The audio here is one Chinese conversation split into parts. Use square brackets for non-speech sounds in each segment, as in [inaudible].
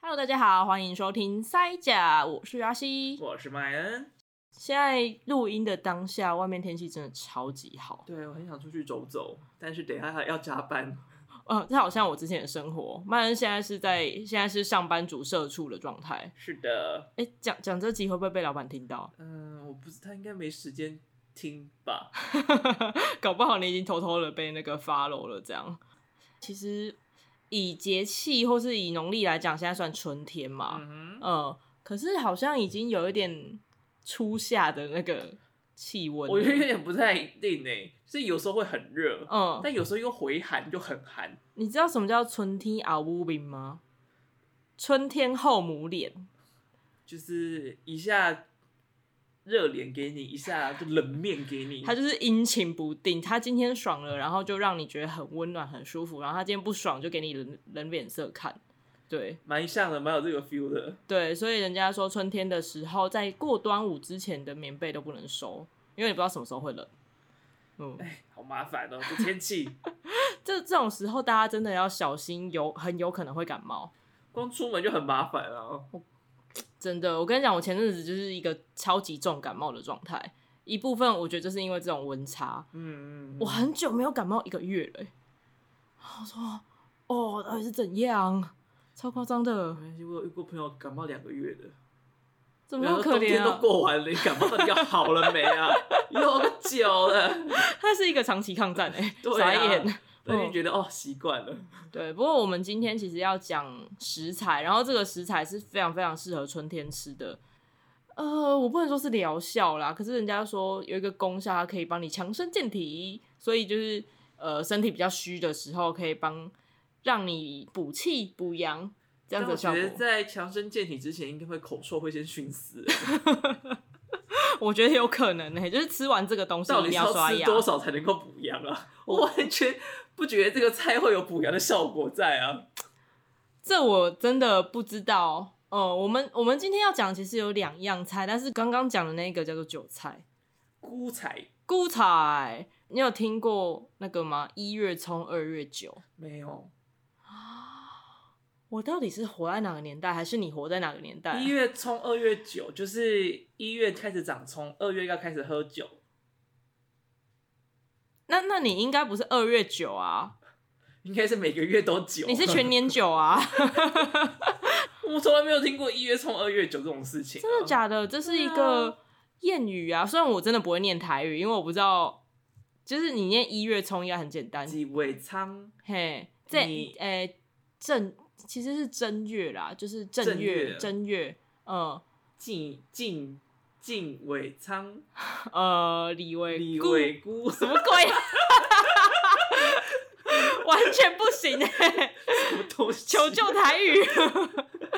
Hello，大家好，欢迎收听塞甲，我是阿西。我是麦恩。现在录音的当下，外面天气真的超级好。对，我很想出去走走，但是等一下还要加班。呃，这好像我之前的生活。曼恩现在是在现在是上班族社畜的状态。是的，哎，讲讲这集会不会被老板听到？ [laughs] 嗯、我不知他应该没时间听吧？搞不好你已经偷偷的被那个 follow 了。这样，其实以节气或是以农历来讲，现在算春天嘛。嗯哼，呃，可是好像已经有一点初夏的那个气温了。我觉得有点不太一定诶，是有时候会很热，嗯，但有时候又回寒，就很寒。你知道什么叫春天熬乌饼吗？春天后母脸，就是一下热脸给你，一下就冷面给你。它就是阴晴不定。它今天爽了，然后就让你觉得很温暖、很舒服；然后它今天不爽，就给你冷冷脸色看。对蛮像的，蛮有这个 feel 的。对，所以人家说春天的时候，在过端午之前的棉被都不能收，因为你不知道什么时候会冷。嗯，哎，好麻烦哦，这天气， [laughs] 这这种时候大家真的要小心，有很有可能会感冒。光出门就很麻烦了。哦真的，我跟你讲，我前阵子就是一个超级重感冒的状态，一部分我觉得就是因为这种温差，嗯嗯，嗯我很久没有感冒一个月了、欸。然后我说，哦，到底是怎样？超夸张的没，关系，我有遇过朋友感冒两个月的。怎么那么可冬天怜都啊？过完了，你感冒到底要好了没啊？ [laughs] 有个久了，它是一个长期抗战 [laughs] 哎、对傻啊眼。那就觉得哦习惯了。对，不过我们今天其实要讲食材，然后这个食材是非常非常适合春天吃的。呃，我不能说是疗效啦，可是人家说有一个功效，它可以帮你强身健体，所以就是呃身体比较虚的时候，可以帮让你补气补阳这样但子我的效觉果。得在强身健体之前，应该会口臭，会先 [laughs] 熏死。我觉得有可能呢、就是吃完这个东西一到定底是要刷吃牙。多少才能够补阳啊？ [laughs] 我完全不觉得这个菜会有补阳的效果在啊。这我真的不知道。呃，我们我们今天要讲其实有两样菜，但是刚刚讲的那个叫做韭菜、菇菜菇菜，你有听过那个吗？一月葱，二月韭。没有，我到底是活在哪个年代，还是你活在哪个年代啊、一月葱，二月酒，就是一月开始长葱，二月要开始喝酒。那那你应该不是二月九啊，应该是每个月都酒，你是全年九啊？ [laughs] 我从来没有听过一月冲二月酒这种事情、啊真的？假的？这是一个谚语啊，虽然我真的不会念台语，因为我不知道，就是你念一月葱应该很简单，几尾仓嘿，这你诶、正其实是正月啦，就是正正月月正月，嗯进进进尾仓呃，李维李固尾姑，什什么鬼、 [laughs] 啊？完全不行哎、么东西？求救台语。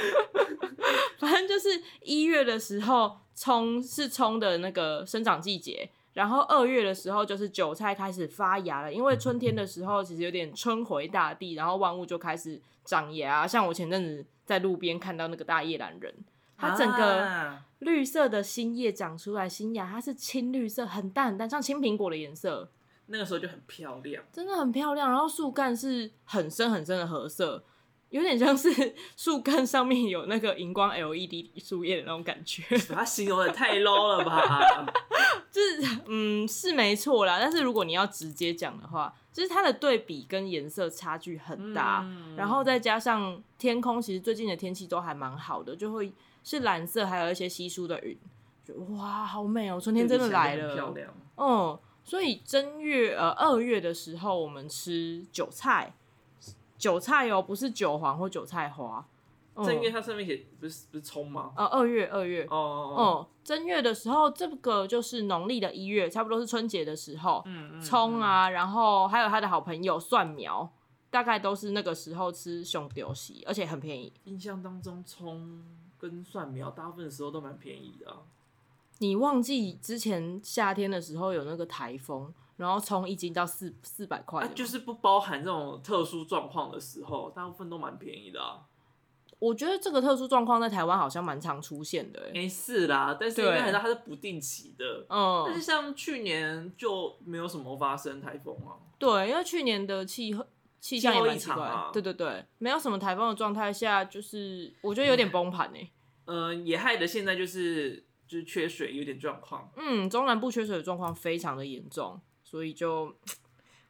[laughs] 反正就是一月的时候，葱是葱的那个生长季节，然后二月的时候就是韭菜开始发芽了，因为春天的时候其实有点春回大地，然后万物就开始长芽。啊像我前阵子在路边看到那个大叶兰人，它整个啊绿色的新叶长出来，新芽它是青绿色，很淡很淡，像青苹果的颜色。那个时候就很漂亮，真的很漂亮。然后树干是很深很深的褐色，有点像是 [laughs] 树干上面有那个荧光 LED 树叶的那种感觉。 [laughs] 把它形容的太 low 了吧？就是嗯，是没错啦。但是如果你要直接讲的话，就是它的对比跟颜色差距很大，啊嗯然后再加上天空，其实最近的天气都还蛮好的，就会是蓝色，还有一些稀疏的云。就哇，好美哦、春天真的来对比了，起很漂亮。嗯，所以正月呃二月的时候，我们吃韭菜，韭菜哦，不是韭黄或韭菜花。嗯、正月它上面写不是不是葱吗？呃二月二月，哦哦哦，哦、正月的时候，这个就是农历的一月，差不多是春节的时候，嗯嗯葱，啊，然后还有他的好朋友蒜苗，大概都是那个时候吃熊丢席，而且很便宜。嗯印象当中葱跟蒜苗大部分的时候都蛮便宜的啊。你忘记之前夏天的时候有那个台风，然后葱一斤到四四百块啊的，嘛，就是不包含这种特殊状况的时候，大部分都蛮便宜的啊。我觉得这个特殊状况在台湾好像蛮常出现的、欸，没事啦，但是因对为它是不定期的，但是嗯，像去年就没有什么发生台风啊，对，因为去年的气候气象也蛮气奇候异怪常的啊对对对，没有什么台风的状态下，就是我觉得有点崩盘欸呢、嗯、也害得现在就是就是缺水有点状况。嗯，中南部缺水的状况非常的严重，所以就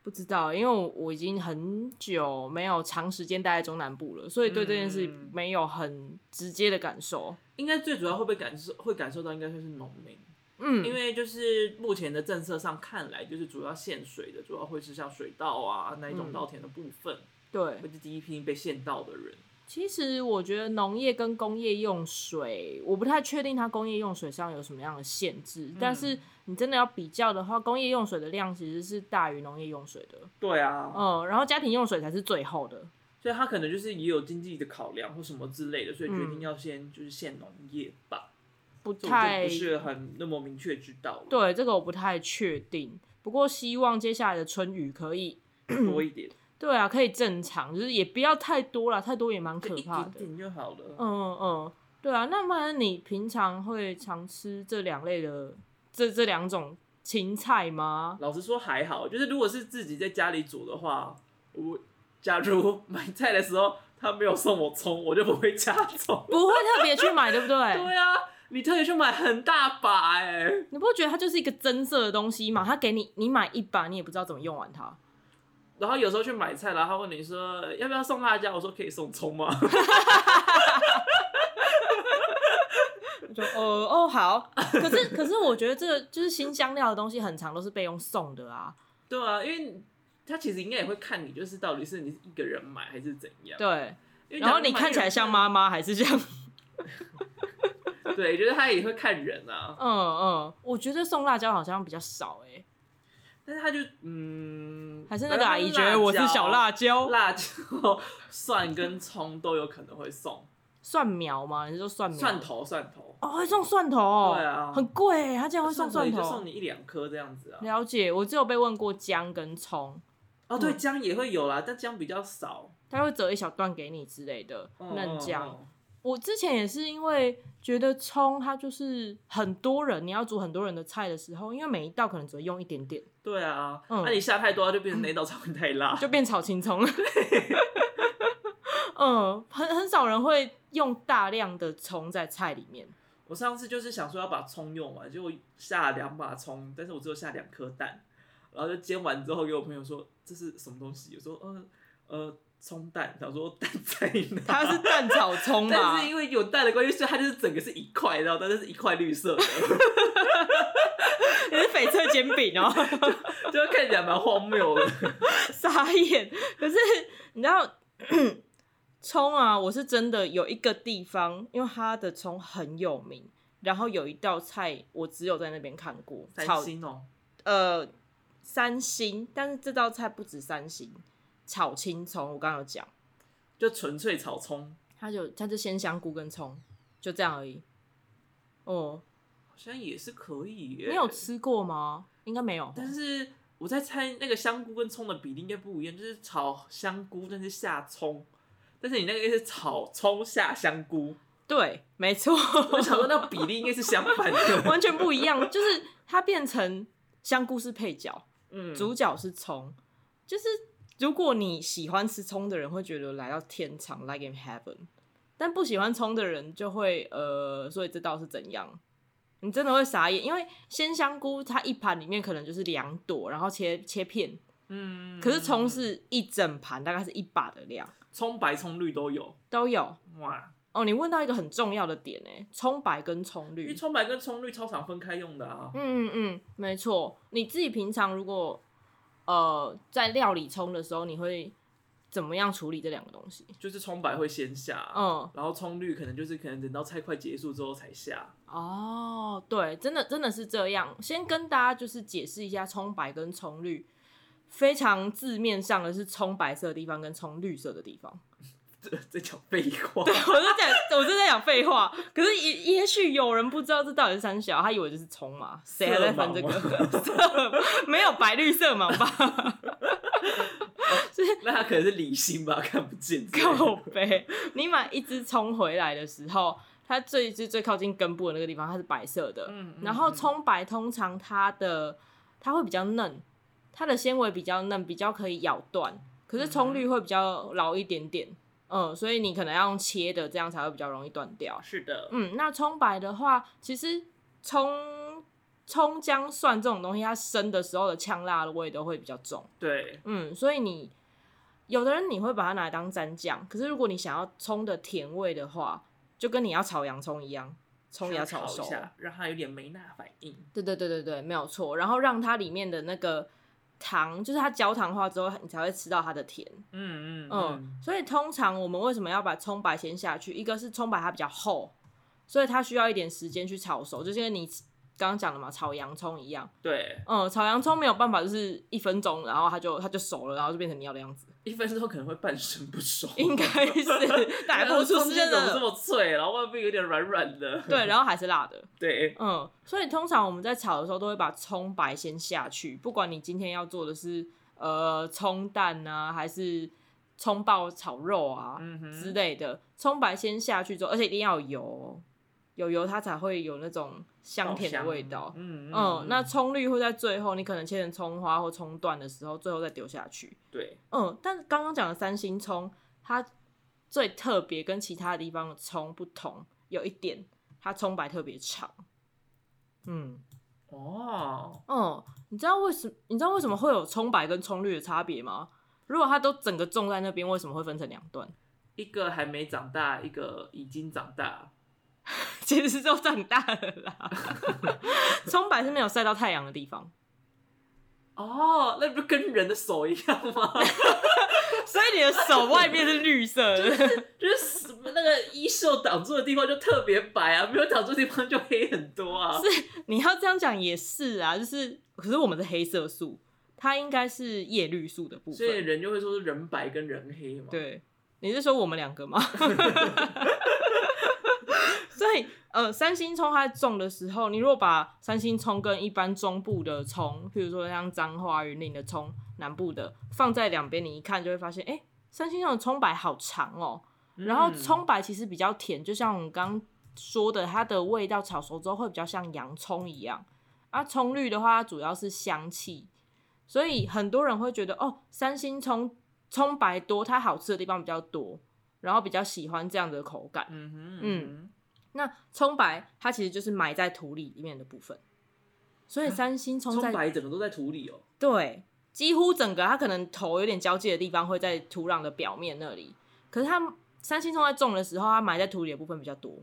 不知道，欸因为我我已经很久没有长时间待在中南部了，所以对这件事嗯没有很直接的感受。应该最主要会被感受会感受到，应该就是农民，嗯，因为就是目前的政策上看来，就是主要限水的，主要会是像水稻啊那一种嗯稻田的部分，对，会是第一批被限稻的人。其实我觉得农业跟工业用水，我不太确定它工业用水上有什么样的限制，但嗯是你真的要比较的话，工业用水的量其实是大于农业用水的，对啊，嗯，然后家庭用水才是最后的，所以他可能就是也有经济的考量或什么之类的，所以决嗯定要先就是限农业吧，不这我太就不是很那么明确知道了，对这个我不太确定，不过希望接下来的春雨可以，多一点，对啊，可以正常，就是也不要太多啦，太多也蛮可一怕点的，点就好了。嗯嗯，对啊，那么你平常会常吃这两类的这这两种芹菜吗？老实说还好，就是如果是自己在家里煮的话，我假如买菜的时候他没有送我葱，我就不会加葱。不会特别去买，对不 [laughs] 对？对啊，你特别去买很大把哎、你不觉得它就是一个增色的东西吗？它给你，你买一把，你也不知道怎么用完它。然后有时候去买菜，然后他问你说要不要送辣椒，我说可以送葱吗？ [laughs] 我就呃哦 [laughs] 好，可是可是我觉得这个就是新香料的东西，很常都是被用送的啊。对啊，因为他其实应该也会看你，就是到底是你是一个人买还是怎样。对，对然后你看起来像？妈妈还是像，对，就是他也会看人啊， [laughs] 嗯嗯，我觉得送辣椒好像比较少哎、但是他就嗯，还是那个阿姨觉得我是小辣啊辣椒，辣椒、蒜跟葱都有可能会 [laughs] 送，蒜苗吗？你是说蒜苗？蒜头蒜头，哦，会送蒜头、哦，对啊很贵欸，他竟然会送蒜也头。就送你一两颗这样子啊。了解，我只有被问过姜跟葱，哦，对，姜也会有啦，但姜比较少。他会折一小段给你之类的嗯嫩姜。，嗯我之前也是因为觉得葱它就是很多人，你要煮很多人的菜的时候，因为每一道可能只会用一点点，对啊，那、嗯你下太多就变成那道菜会太辣。 [laughs] 就变炒青葱了。嗯，很很少人会用大量的葱在菜里面。我上次就是想说要把葱用完，结果下了两把葱，但是我只有下两颗蛋，然后就煎完之后给我朋友说这是什么东西，我说呃呃葱蛋，他说 [laughs] 蛋在哪？它是蛋炒 [laughs] 葱吧？但是因为有蛋的关系，所以它就是整个是一块，然后但是是一块绿色的，你是翡翠煎饼哦。 [laughs] 就看起来蛮荒谬的。 [laughs] 傻眼。可是你知道， [clears throat] 葱啊，我是真的有一个地方，因为它的葱很有名，然后有一道菜我只有在那边看过，三 [laughs] 炒星哦，呃三星，但是这道菜不止三星，炒青葱，我刚刚有讲，就纯粹炒葱，它就它就鲜香菇跟葱，就这样而已。哦，好像也是可以耶。你有吃过吗？应该没有。但是我在猜那个香菇跟葱的比例应该不一样，就是炒香菇，但是下葱。但是你那个是炒葱下香菇，对，没错。 [laughs] [laughs] 我想说那比例应该是相反的。完全不一样，就是它变成香菇是配角，嗯，主角是葱，就是如果你喜欢吃葱的人会觉得来到天堂，like in heaven，但不喜欢葱的人就会呃，所以这道是怎样？你真的会傻眼，因为鲜香菇它一盘里面可能就是两朵，然后切切片，嗯，可是葱是一整盘，大概是一把的量葱白葱绿都有都有。哇，哦，你问到一个很重要的点诶、葱白跟葱因绿为，葱白跟葱绿超常分开用的啊。嗯嗯，嗯，没错。你自己平常如果呃在料理葱的时候，你会怎么样处理这两个东西？就是葱白会先下，嗯，然后葱绿可能就是可能等到菜快结束之后才下。哦，对，真的真的是这样。先跟大家就是解释一下葱白跟葱绿。非常字面上的是葱白色的地方跟葱绿色的地方， [laughs] 这这讲废话，我是在我是在讲废话，可是也也许有人不知道这到底是三小，他以为就是葱嘛，谁还在分这个？ [laughs] 没有白绿色盲吧？那它可能是离心吧， [laughs] 看不见之类 [laughs] 的。靠背，你买一只葱回来的时候，它最是最靠近根部的那个地方，它是白色的。嗯嗯然后葱白通常它的它会比较嫩，它的纤维比较嫩，比较可以咬断。可是葱绿会比较老一点点，嗯，所以你可能要用切的，这样才会比较容易断掉。是的，嗯，那葱白的话，其实葱、葱姜蒜这种东西，它生的时候的呛辣的味都会比较重。对，嗯，所以你有的人你会把它拿来当蘸酱，可是如果你想要葱的甜味的话，就跟你要炒洋葱一样，葱也要稍微熟炒一。下，让它有点梅纳反应。对对对对对，没有错。然后让它里面的那个糖，就是它焦糖化之后，你才会吃到它的甜。嗯嗯嗯，，所以通常我们为什么要把葱白先下去？一个是葱白它比较厚，所以它需要一点时间去炒熟，就是跟你刚刚讲的嘛，炒洋葱一样。对，嗯，炒洋葱没有办法，就是一分钟，然后它就它就熟了，然后就变成你要的样子，一分钟可能会半生不熟， [laughs] 应该 [laughs] 是打破不出中 [laughs] 真间怎么这的。么脆，然后外面有点软软的。对，然后还是辣的，对，嗯，所以通常我们在炒的时候都会把葱白先下去，不管你今天要做的是呃葱蛋啊，还是葱爆炒肉啊，嗯哼，之类的，葱白先下去之后，而且一定要有油哦，有油它才会有那种香甜的味道爆香。嗯嗯，那葱绿会在最后，你可能切成葱花或葱段的时候，最后再丢下去。对，嗯，但是刚刚讲的三星葱，它最特别跟其他地方的葱不同，有一点，它葱白特别长。嗯，哦，哦、你知道为什你知道为什么会有葱白跟葱绿的差别吗？如果它都整个种在那边，为什么会分成两段？ [laughs] 一个还没长大，一个已经长大。其实都长大了啦。 [laughs] 葱白是没有晒到太阳的地方，哦，那不就跟人的手一样吗？所以你的手外面是绿色的。就是什么那个衣袖挡住的地方就特别白啊，没有挡住的地方就黑很多啊。 [laughs] 你要这样讲也是啊，就是可是我们的黑色素，它应该是叶绿素的部所以分。人就会说是人白跟人黑嘛。，对，你是说我们两个吗？所以，呃，三星葱它种的时候，你如果把三星葱跟一般中部的葱，譬如说像彰化、云林的葱、南部的放在两边，你一看就会发现，哎、三星葱的葱白好长哦、嗯然后葱白其实比较甜，就像我们刚刚说的，它的味道炒熟之后会比较像洋葱一样。啊，葱绿的话，它主要是香气，所以很多人会觉得哦，三星葱葱白多，它好吃的地方比较多，然后比较喜欢这样的口感。嗯哼，嗯那葱白它其实就是埋在土里里面的部分，所以三星哼，葱在、葱白整个都在土里哦。对，几乎整个它可能头有点交界的地方会在土壤的表面那里，可是它三星葱在种的时候，它埋在土里的部分比较多。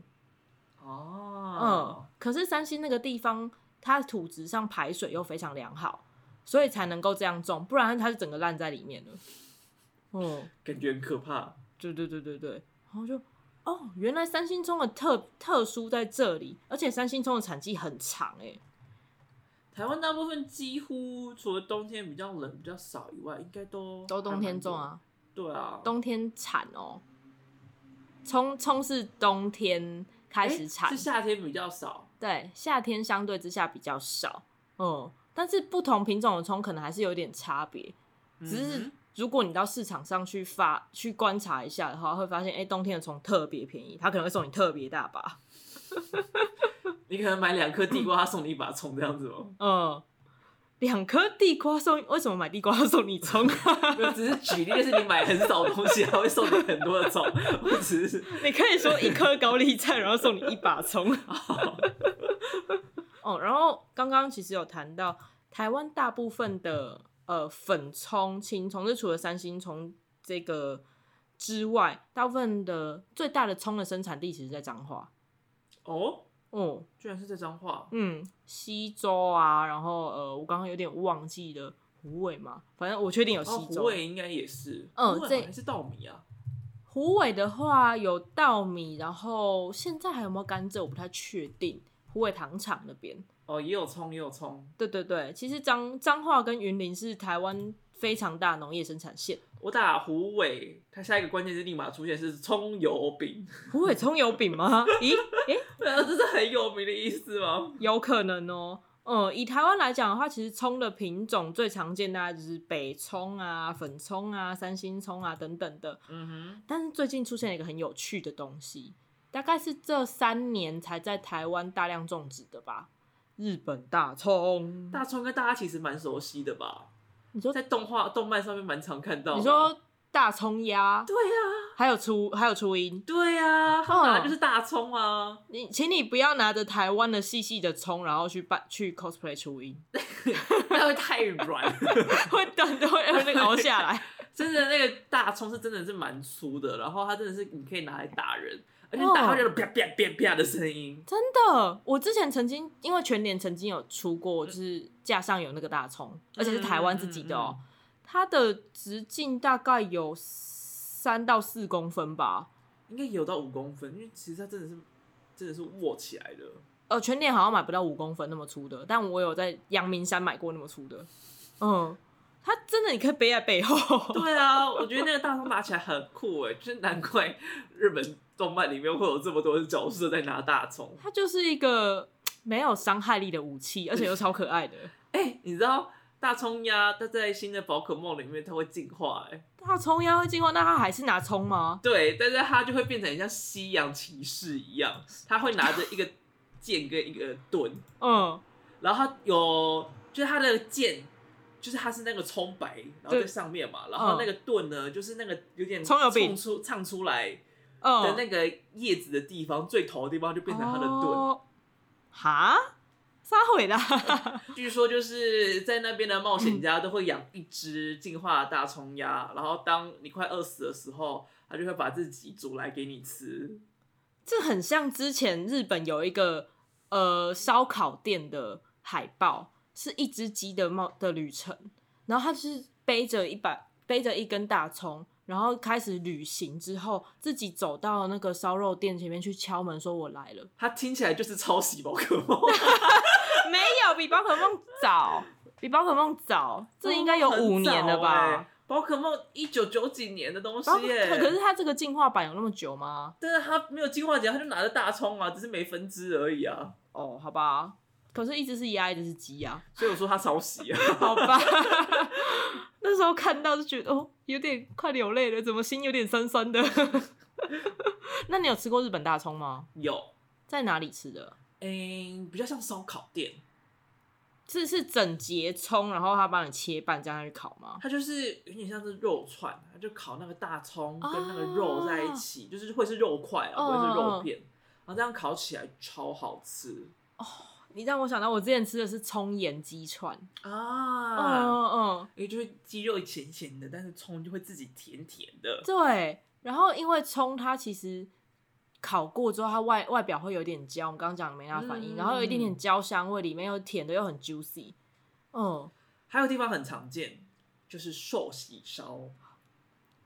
嗯哦，，可是三星那个地方，它土质上排水又非常良好，所以才能够这样种，不然它就整个烂在里面了。哦，感觉很可怕。对对对对对，然后就哦，原来三星葱的特特殊在这里，而且三星葱的产季很长哎、台湾大部分几乎除了冬天比较冷比较少以外，应该都都冬天种啊，还蛮多。对啊，冬天产哦，葱葱是冬天开始产，是夏天比较少。对，夏天相对之下比较少，嗯，但是不同品种的葱可能还是有点差别。只是嗯如果你到市场上去发去观察一下的话，会发现，哎、冬天的葱特别便宜，它可能会送你特别大把。哼你可能买两颗地瓜，他送你一把葱这样子哦。嗯，两颗地瓜送，为什么买地瓜要送你葱？没有，只是举例，就是你买很少的东西，他会送你很多的葱。我只是你可以说一颗高丽菜，然后送你一把葱。 [laughs] 哦，然后刚刚其实有谈到台湾大部分的呃粉葱、青葱，就除了三星葱这个之外，大部分的最大的葱的生产地其实在彰化。哦，哦，居然是这张画。嗯，西周啊，然后呃，我刚刚有点忘记了虎尾嘛，反正我确定有哦，西虎周。尾应该也是，嗯虎尾这好像是稻米啊，虎尾的话有稻米，然后现在还有没有甘蔗，我不太确定。虎尾糖厂那边，哦，也有葱，也有葱。对对对，其实彰彰化跟云林是台湾非常大的农业生产线。我打虎尾，它下一个关键字立马出现是葱油饼，虎尾葱油饼吗？ [laughs] 咦，诶，对啊，这是很有名的意思吗？有可能哦。嗯，以台湾来讲的话，其实葱的品种最常见，大概就是北葱啊、粉葱啊、三星葱啊等等的。嗯但是最近出现了一个很有趣的东西，大概是这三年才在台湾大量种植的吧。日本大葱哼，，大葱跟大家其实蛮熟悉的吧？你说在动画、动漫上面蛮常看到的。哦你说大葱鸭，对呀、还有初还有初音，对呀、他本来就是大葱啊，你请你不要拿着台湾的细细的葱，然后去扮去 cosplay 初音，那会太软了。 [laughs] 会等都会会那个熬下来。真的那个大葱是真的是蛮粗的，然后它真的是你可以拿来打人，而且哦打到有啪啪啪啪的声音。真的，我之前曾经因为全年曾经有出过，就是架上有那个大葱，而且是台湾自己的哦、它的直径大概有三到四公分吧。应该有到五公分，因为其实它真的是真的是握起来的。呃，全年好像买不到五公分那么粗的，但我有在阳明山买过那么粗的。嗯，它真的你可以背在背后。对啊，我觉得那个大葱拿起来很酷哎，真难怪日本动漫里面会有这么多角色在拿大葱。它就是一个没有伤害力的武器，而且又超可爱的。哎、你知道大葱鸭它在新的宝可梦里面它会进化哎，大葱鸭会进化，那它还是拿葱吗？对，但是它就会变成很像西洋骑士一样，它会拿着一个剑跟一个盾，嗯，然后它有就是它的剑。就是它是那个葱白，然后在上面嘛，然后那个盾呢，就是那个有点葱油饼冲出唱出来，的嗯，那个叶子的地方，最头的地方就变成它的盾。哦哈，撒毁啦！据说就是在那边的冒险家都会养一只进化的大葱鸭，然后当你快饿死的时候，它就会把自己煮来给你吃。 [laughs] 这很像之前日本有一个呃烧烤店的海报，是一只鸡的冒的旅程，然后它是背着一把背着一根大葱，然后开始旅行之后，自己走到那个烧肉店前面去敲门，说我来了。它听起来就是抄袭宝可梦，没有，比宝可梦早， [laughs] 比宝可梦早， [laughs] 这应该有五年了很早吧欸？ [laughs] 宝可梦一九九几年的东西然后耶、可可欸是它这个进化版有那么久吗？但是它没有进化前，它就拿着大葱啊，只是没分支而已啊。哦，好吧，可是一直是鸭，一直是鸡啊呀、所以我说它抄袭啊。好吧。 [laughs] 那时候看到就觉得哦，有点快流泪了，怎么心有点酸酸的？ [laughs] 那你有吃过日本大葱吗？有，在哪里吃的？嗯、比较像烧烤店，是是整节葱，然后他帮你切半，这样去烤吗？它就是有点像是肉串，它就烤那个大葱啊跟那个肉在一起，就是会是肉块啊，不会是嗯肉片，然后这样烤起来超好吃你让我想到我之前吃的是葱盐鸡串，嗯啊！嗯嗯，也就是鸡肉咸咸的，但是葱就会自己甜甜的，对，然后因为葱它其实烤过之后，它外外表会有点焦，我们刚刚讲没那反应，然后有一点点嗯焦香味，里面又甜的又很 juicy。嗯，还有地方很常见。就是寿喜烧，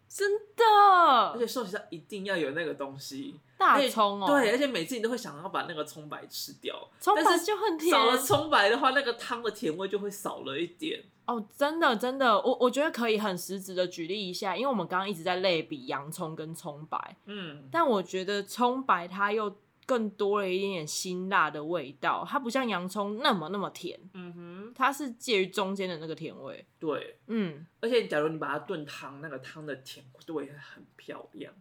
真而的且寿喜烧一定要有那个东西，大而且葱哦，对，而，且每次你都会想要把那个葱白吃掉，葱但本来是就很甜少了葱白的话，那个汤的甜味就会少了一点。哦，真的真的，我我觉得可以很实质的举例一下，因为我们刚刚一直在类比洋葱跟葱白，嗯，但我觉得葱白它又更多了一点点辛辣的味道，它不像洋葱那么那么甜，嗯哼，它是介于中间的那个甜味，对，嗯。而且，假如你把它炖汤，那个汤的甜度会很漂亮，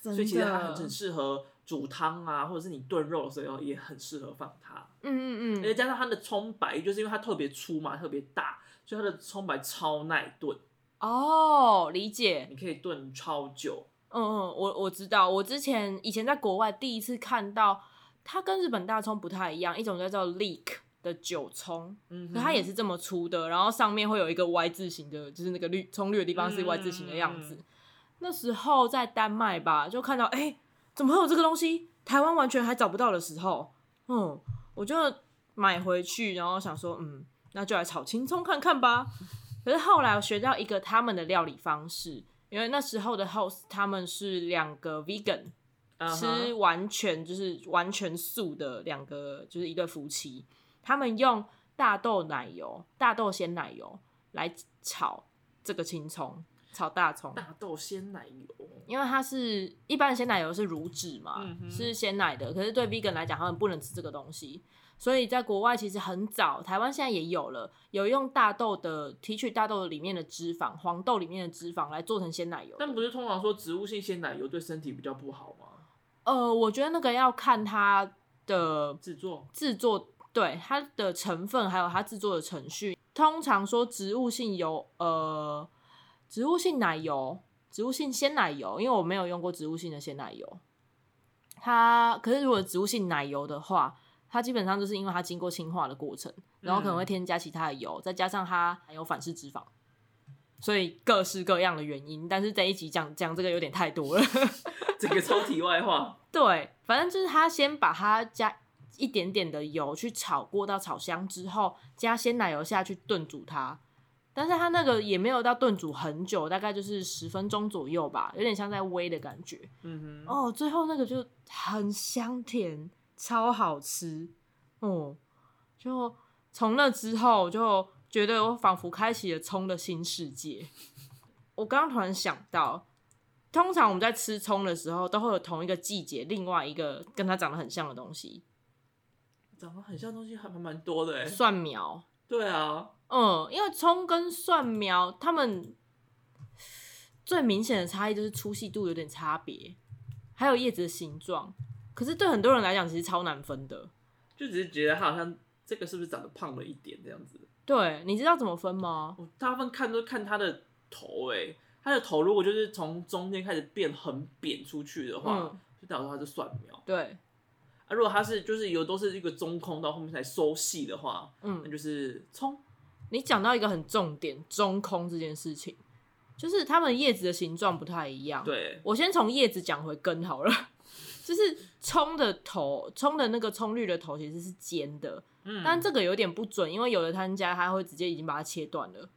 所所以其实它很很适合煮汤啊，或者是你炖肉的时候也很适合放它。嗯而嗯且嗯，加上它的葱白，就是因为它特别粗嘛，特别大，所以它的葱白超耐炖，哦，理解，你可以炖超久。嗯嗯，我我知道，我之前以前在国外第一次看到，它跟日本大葱不太一样，一种叫做 leek 的韭葱，嗯哼，可它也是这么粗的，然后上面会有一个 Y 字形的，就是那个绿葱绿的地方是 Y 字形的样子。嗯那时候在丹麦吧，就看到哎、诶怎么会有这个东西？台湾完全还找不到的时候，嗯，我就买回去，然后想说，嗯，那就来炒青葱看看吧。可是后来我学到一个他们的料理方式，因为那时候的 host 他们是两个 vegan，嗯哼吃完全就是完全素的两个，就是一对夫妻，他们用大豆奶油、大豆鲜奶油来炒这个青葱，炒大葱，大豆鲜奶油，因为它是一般的鲜奶油是乳脂嘛，嗯哼是鲜奶的，可是对 vegan 来讲，他们不能吃这个东西。所以在国外其实很早，台湾现在也有了，有用大豆的提取大豆里面的脂肪，黄豆里面的脂肪来做成鲜奶油的。但不是通常说植物性鲜奶油对身体比较不好吗？呃，我觉得那个要看它的制作制作对它的成分，还有它制作的程序。通常说植物性油，呃，植物性奶油、植物性鲜奶油，因为我没有用过植物性的鲜奶油。它可是如果植物性奶油的话，它基本上就是因为它经过氢化的过程，嗯然后可能会添加其他的油，再加上它含有反式脂肪，所以各式各样的原因。但是这一集讲讲这个有点太多了。 [laughs] 整个超题外话，对，反正就是他先把它加一点点的油去炒过到炒香之后，加鲜奶油下去炖煮它。但是它那个也没有到炖煮很久，大概就是十分钟左右吧，有点像在煨的感觉。嗯哼，哦，最后那个就很香甜，超好吃。哦、就从那之后，就觉得我仿佛开启了葱的新世界。 [laughs] 我刚刚突然想到，通常我们在吃葱的时候，都会有同一个季节另外一个跟它长得很像的东西，长得很像的东西还蛮蛮多的哎，蒜苗。对啊，嗯，因为葱跟蒜苗，它们最明显的差异就是粗细度有点差别，还有叶子的形状。可是对很多人来讲，其实超难分的。就只是觉得它好像这个是不是长得胖了一点这样子。对，你知道怎么分吗？我大部分看都看它的头哎，它的头如果就是从中间开始变很扁出去的话，嗯就代表说它是蒜苗。对，啊，如果它是就是有都是一个中空到后面才收细的话，那嗯，就是葱。你讲到一个很重点，中空这件事情，就是它们叶子的形状不太一样。，对，我先从叶子讲回根好了。 [laughs] 就是葱的头，葱的那个葱绿的头其实是尖的，嗯，但这个有点不准，因为有的摊家他会直接已经把它切断了。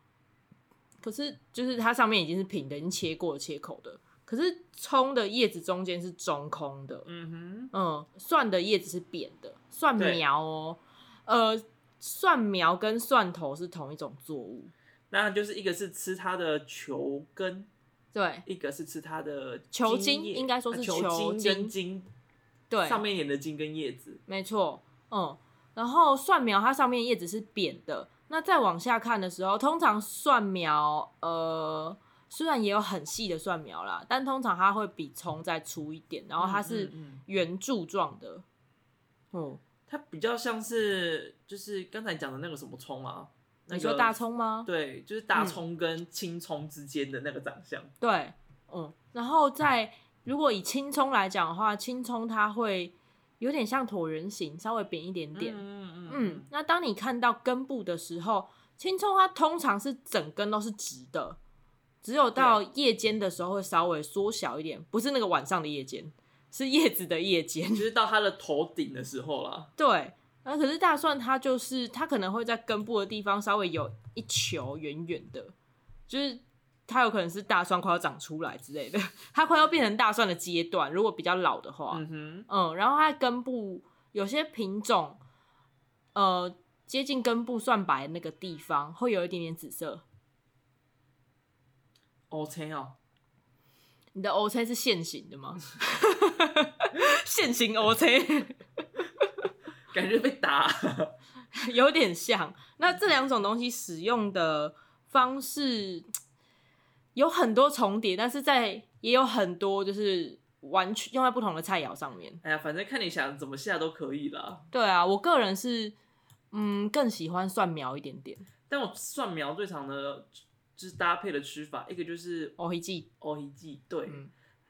可是就是它上面已经是平的，已经切过切口的。可是葱的叶子中间是中空的，嗯嗯，蒜的叶子是扁的，蒜对苗哦，呃，蒜苗跟蒜头是同一种作物，哼，那就是一个是吃它的球根，对一个是吃它的球茎茎叶，应该说啊是球球茎跟茎茎对，上面演的茎跟叶子。没错，嗯，然后蒜苗它上面叶子是扁的，那再往下看的时候，通常蒜苗呃虽然也有很细的蒜苗啦，但通常它会比葱再粗一点，然后它嗯是嗯哦嗯圆柱状的，嗯，它比较像是就是刚才讲的那个什么葱啊，那你个说大。葱吗？对，就是大嗯葱跟青葱之间的那个长相，对，嗯，然后在如果以青葱来讲的话，青葱它会有点像椭圆形，稍微扁一点点。嗯嗯那当你看到根部的时候，青葱它通常是整根都是直的，只有到夜间的时候会稍微缩小一点，不是那个晚上的夜间，是叶子的夜间。 [laughs] 就是到它的头顶的时候啦，对，那可是大蒜它就是它可能会在根部的地方稍微有一球圆圆的，就是它有可能是大蒜快要长出来之类的，它快要变成大蒜的阶段。如果比较老的话，嗯哼，嗯，然后它的根部有些品种，呃，接近根部蒜白那个地方会有一点点紫色。哦，天哦，你的 O C 是线形的吗？ [laughs] 线形 O C 感觉被打， [laughs] [laughs] 有点像。那这两种东西使用的方式有很多重叠，但是在也有很多就是完全用在不同的菜肴上面。哎呀，反正看你想怎么下都可以啦。对啊，我个人是嗯更喜欢蒜苗一点点。但我蒜苗最常的就是搭配的吃法，一个就是我会记欧一季 E 对，嗯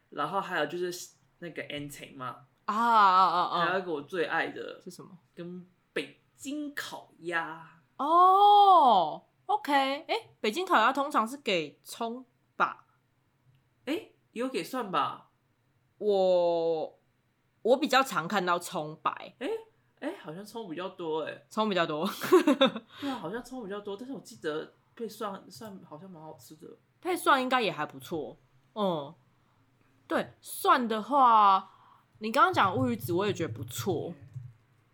然后还有就是那个 a n t i 嘛，啊啊啊还啊有啊一个我最爱的是什么？跟北京烤鸭，哦、o k 哎、北京烤鸭通常是给葱吧？哎、有给蒜吧？我我比较常看到葱白，哎、好像葱比较多哎、葱比较多。 [laughs] 对啊，好像葱比较多，但是我记得配蒜蒜好像蛮好吃的。配蒜应该也还不错。嗯，对，蒜的话，你刚刚讲乌鱼子我也觉得不错。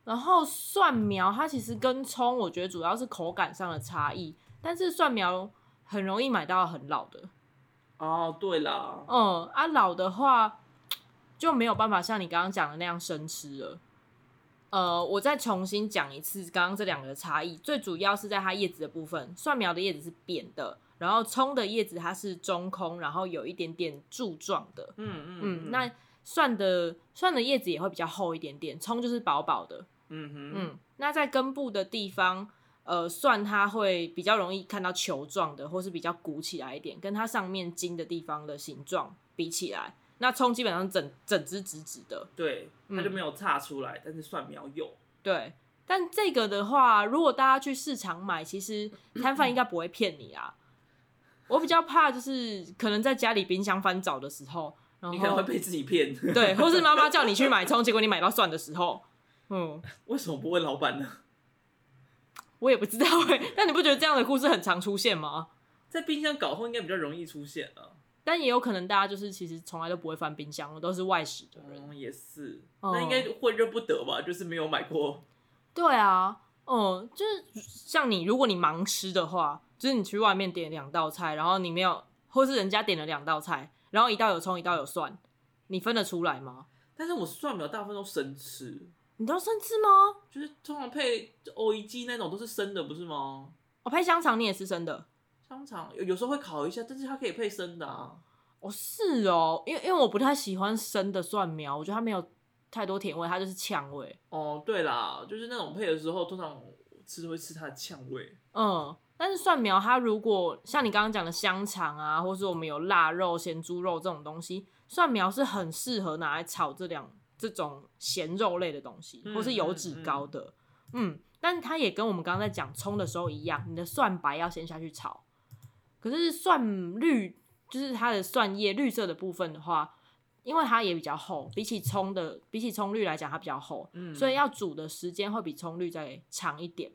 然后蒜苗它其实跟葱，我觉得主要是口感上的差异，但是蒜苗很容易买到很老的。哦，对啦，嗯，啊老的话就没有办法像你刚刚讲的那样生吃了。呃，我再重新讲一次刚刚这两个的差异，最主要是在它叶子的部分，蒜苗的叶子是扁的，然后葱的叶子它是中空，然后有一点点柱状的。嗯嗯嗯，那蒜的蒜的叶子也会比较厚一点点，葱就是薄薄的。嗯哼，嗯，那在根部的地方，呃蒜它会比较容易看到球状的，或是比较鼓起来一点，跟它上面筋的地方的形状比起来，那葱基本上整整只直直的，对，它就嗯没有岔出来，但是蒜苗有。对。但这个的话，如果大家去市场买，其 [clears throat] 实摊贩应该不会骗你啊。我比较怕就是可能在家里冰箱翻找的时候，然你可能会后被自己骗，哦对，或是妈妈叫你去买葱，结果你买到蒜的时候，嗯， [laughs] 为什么不问老板呢？我也不知道哎、 [laughs] 但你不觉得这样的故事很常出现吗？在冰箱搞混应该比较容易出现啊。但也有可能大家就是其实从来都不会翻冰箱，我都是外食的人。嗯，也是，哦那应该会认不得吧？就是没有买过，对啊，嗯，就是像你，如果你盲吃的话，就是你去外面点两道菜，然后你没有，或是人家点了两道菜，然后一道有葱，一道有蒜，你分得出来吗？但是我蒜苗大部分都生吃，你都生吃吗？就是通常配欧一鸡那种都是生的，不是吗？我配哦香肠你也是生的？香肠有有时候会烤一下，但是它可以配生的啊。哦，是哦，因为因为我不太喜欢生的蒜苗，我觉得它没有太多甜味，它就是呛味。哦，对啦，就是那种配的时候，通常吃会吃它的呛味。嗯，但是蒜苗它如果像你刚刚讲的香肠啊，或是我们有腊肉、咸猪肉这种东西，蒜苗是很适合拿来炒这两这种咸肉类的东西，嗯或是油脂高的。嗯但它也跟我们刚刚在讲葱的时候一样，你的蒜白要先下去炒。可是蒜绿就是它的蒜叶绿色的部分的话，因为它也比较厚，比起葱的比起葱绿来讲，它比较厚，嗯，所以要煮的时间会比葱绿再长一点。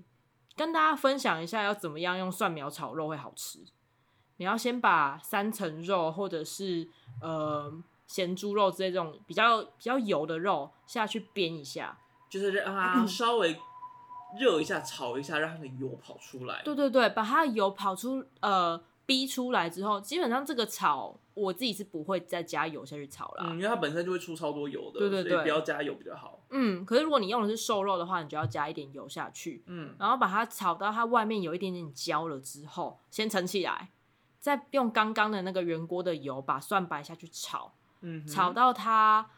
跟大家分享一下要怎么样用蒜苗炒肉会好吃。你要先把三层肉或者是呃咸猪肉之类这种比较比较油的肉下去煸一下。嗯就是让 [clears throat] 它稍微热一下、炒一下，让它的油跑出来。对对对，把它的油跑出呃逼出来之后，基本上这个炒我自己是不会再加油下去炒啦。嗯，因为它本身就会出超多油的，对对所对以不要加油比较好。嗯，可是如果你用的是瘦肉的话，你就要加一点油下去。嗯，然后把它炒到它外面有一点点焦了之后，先盛起来，再用刚刚的那个圆锅的油把蒜白下去炒，嗯哼，炒到它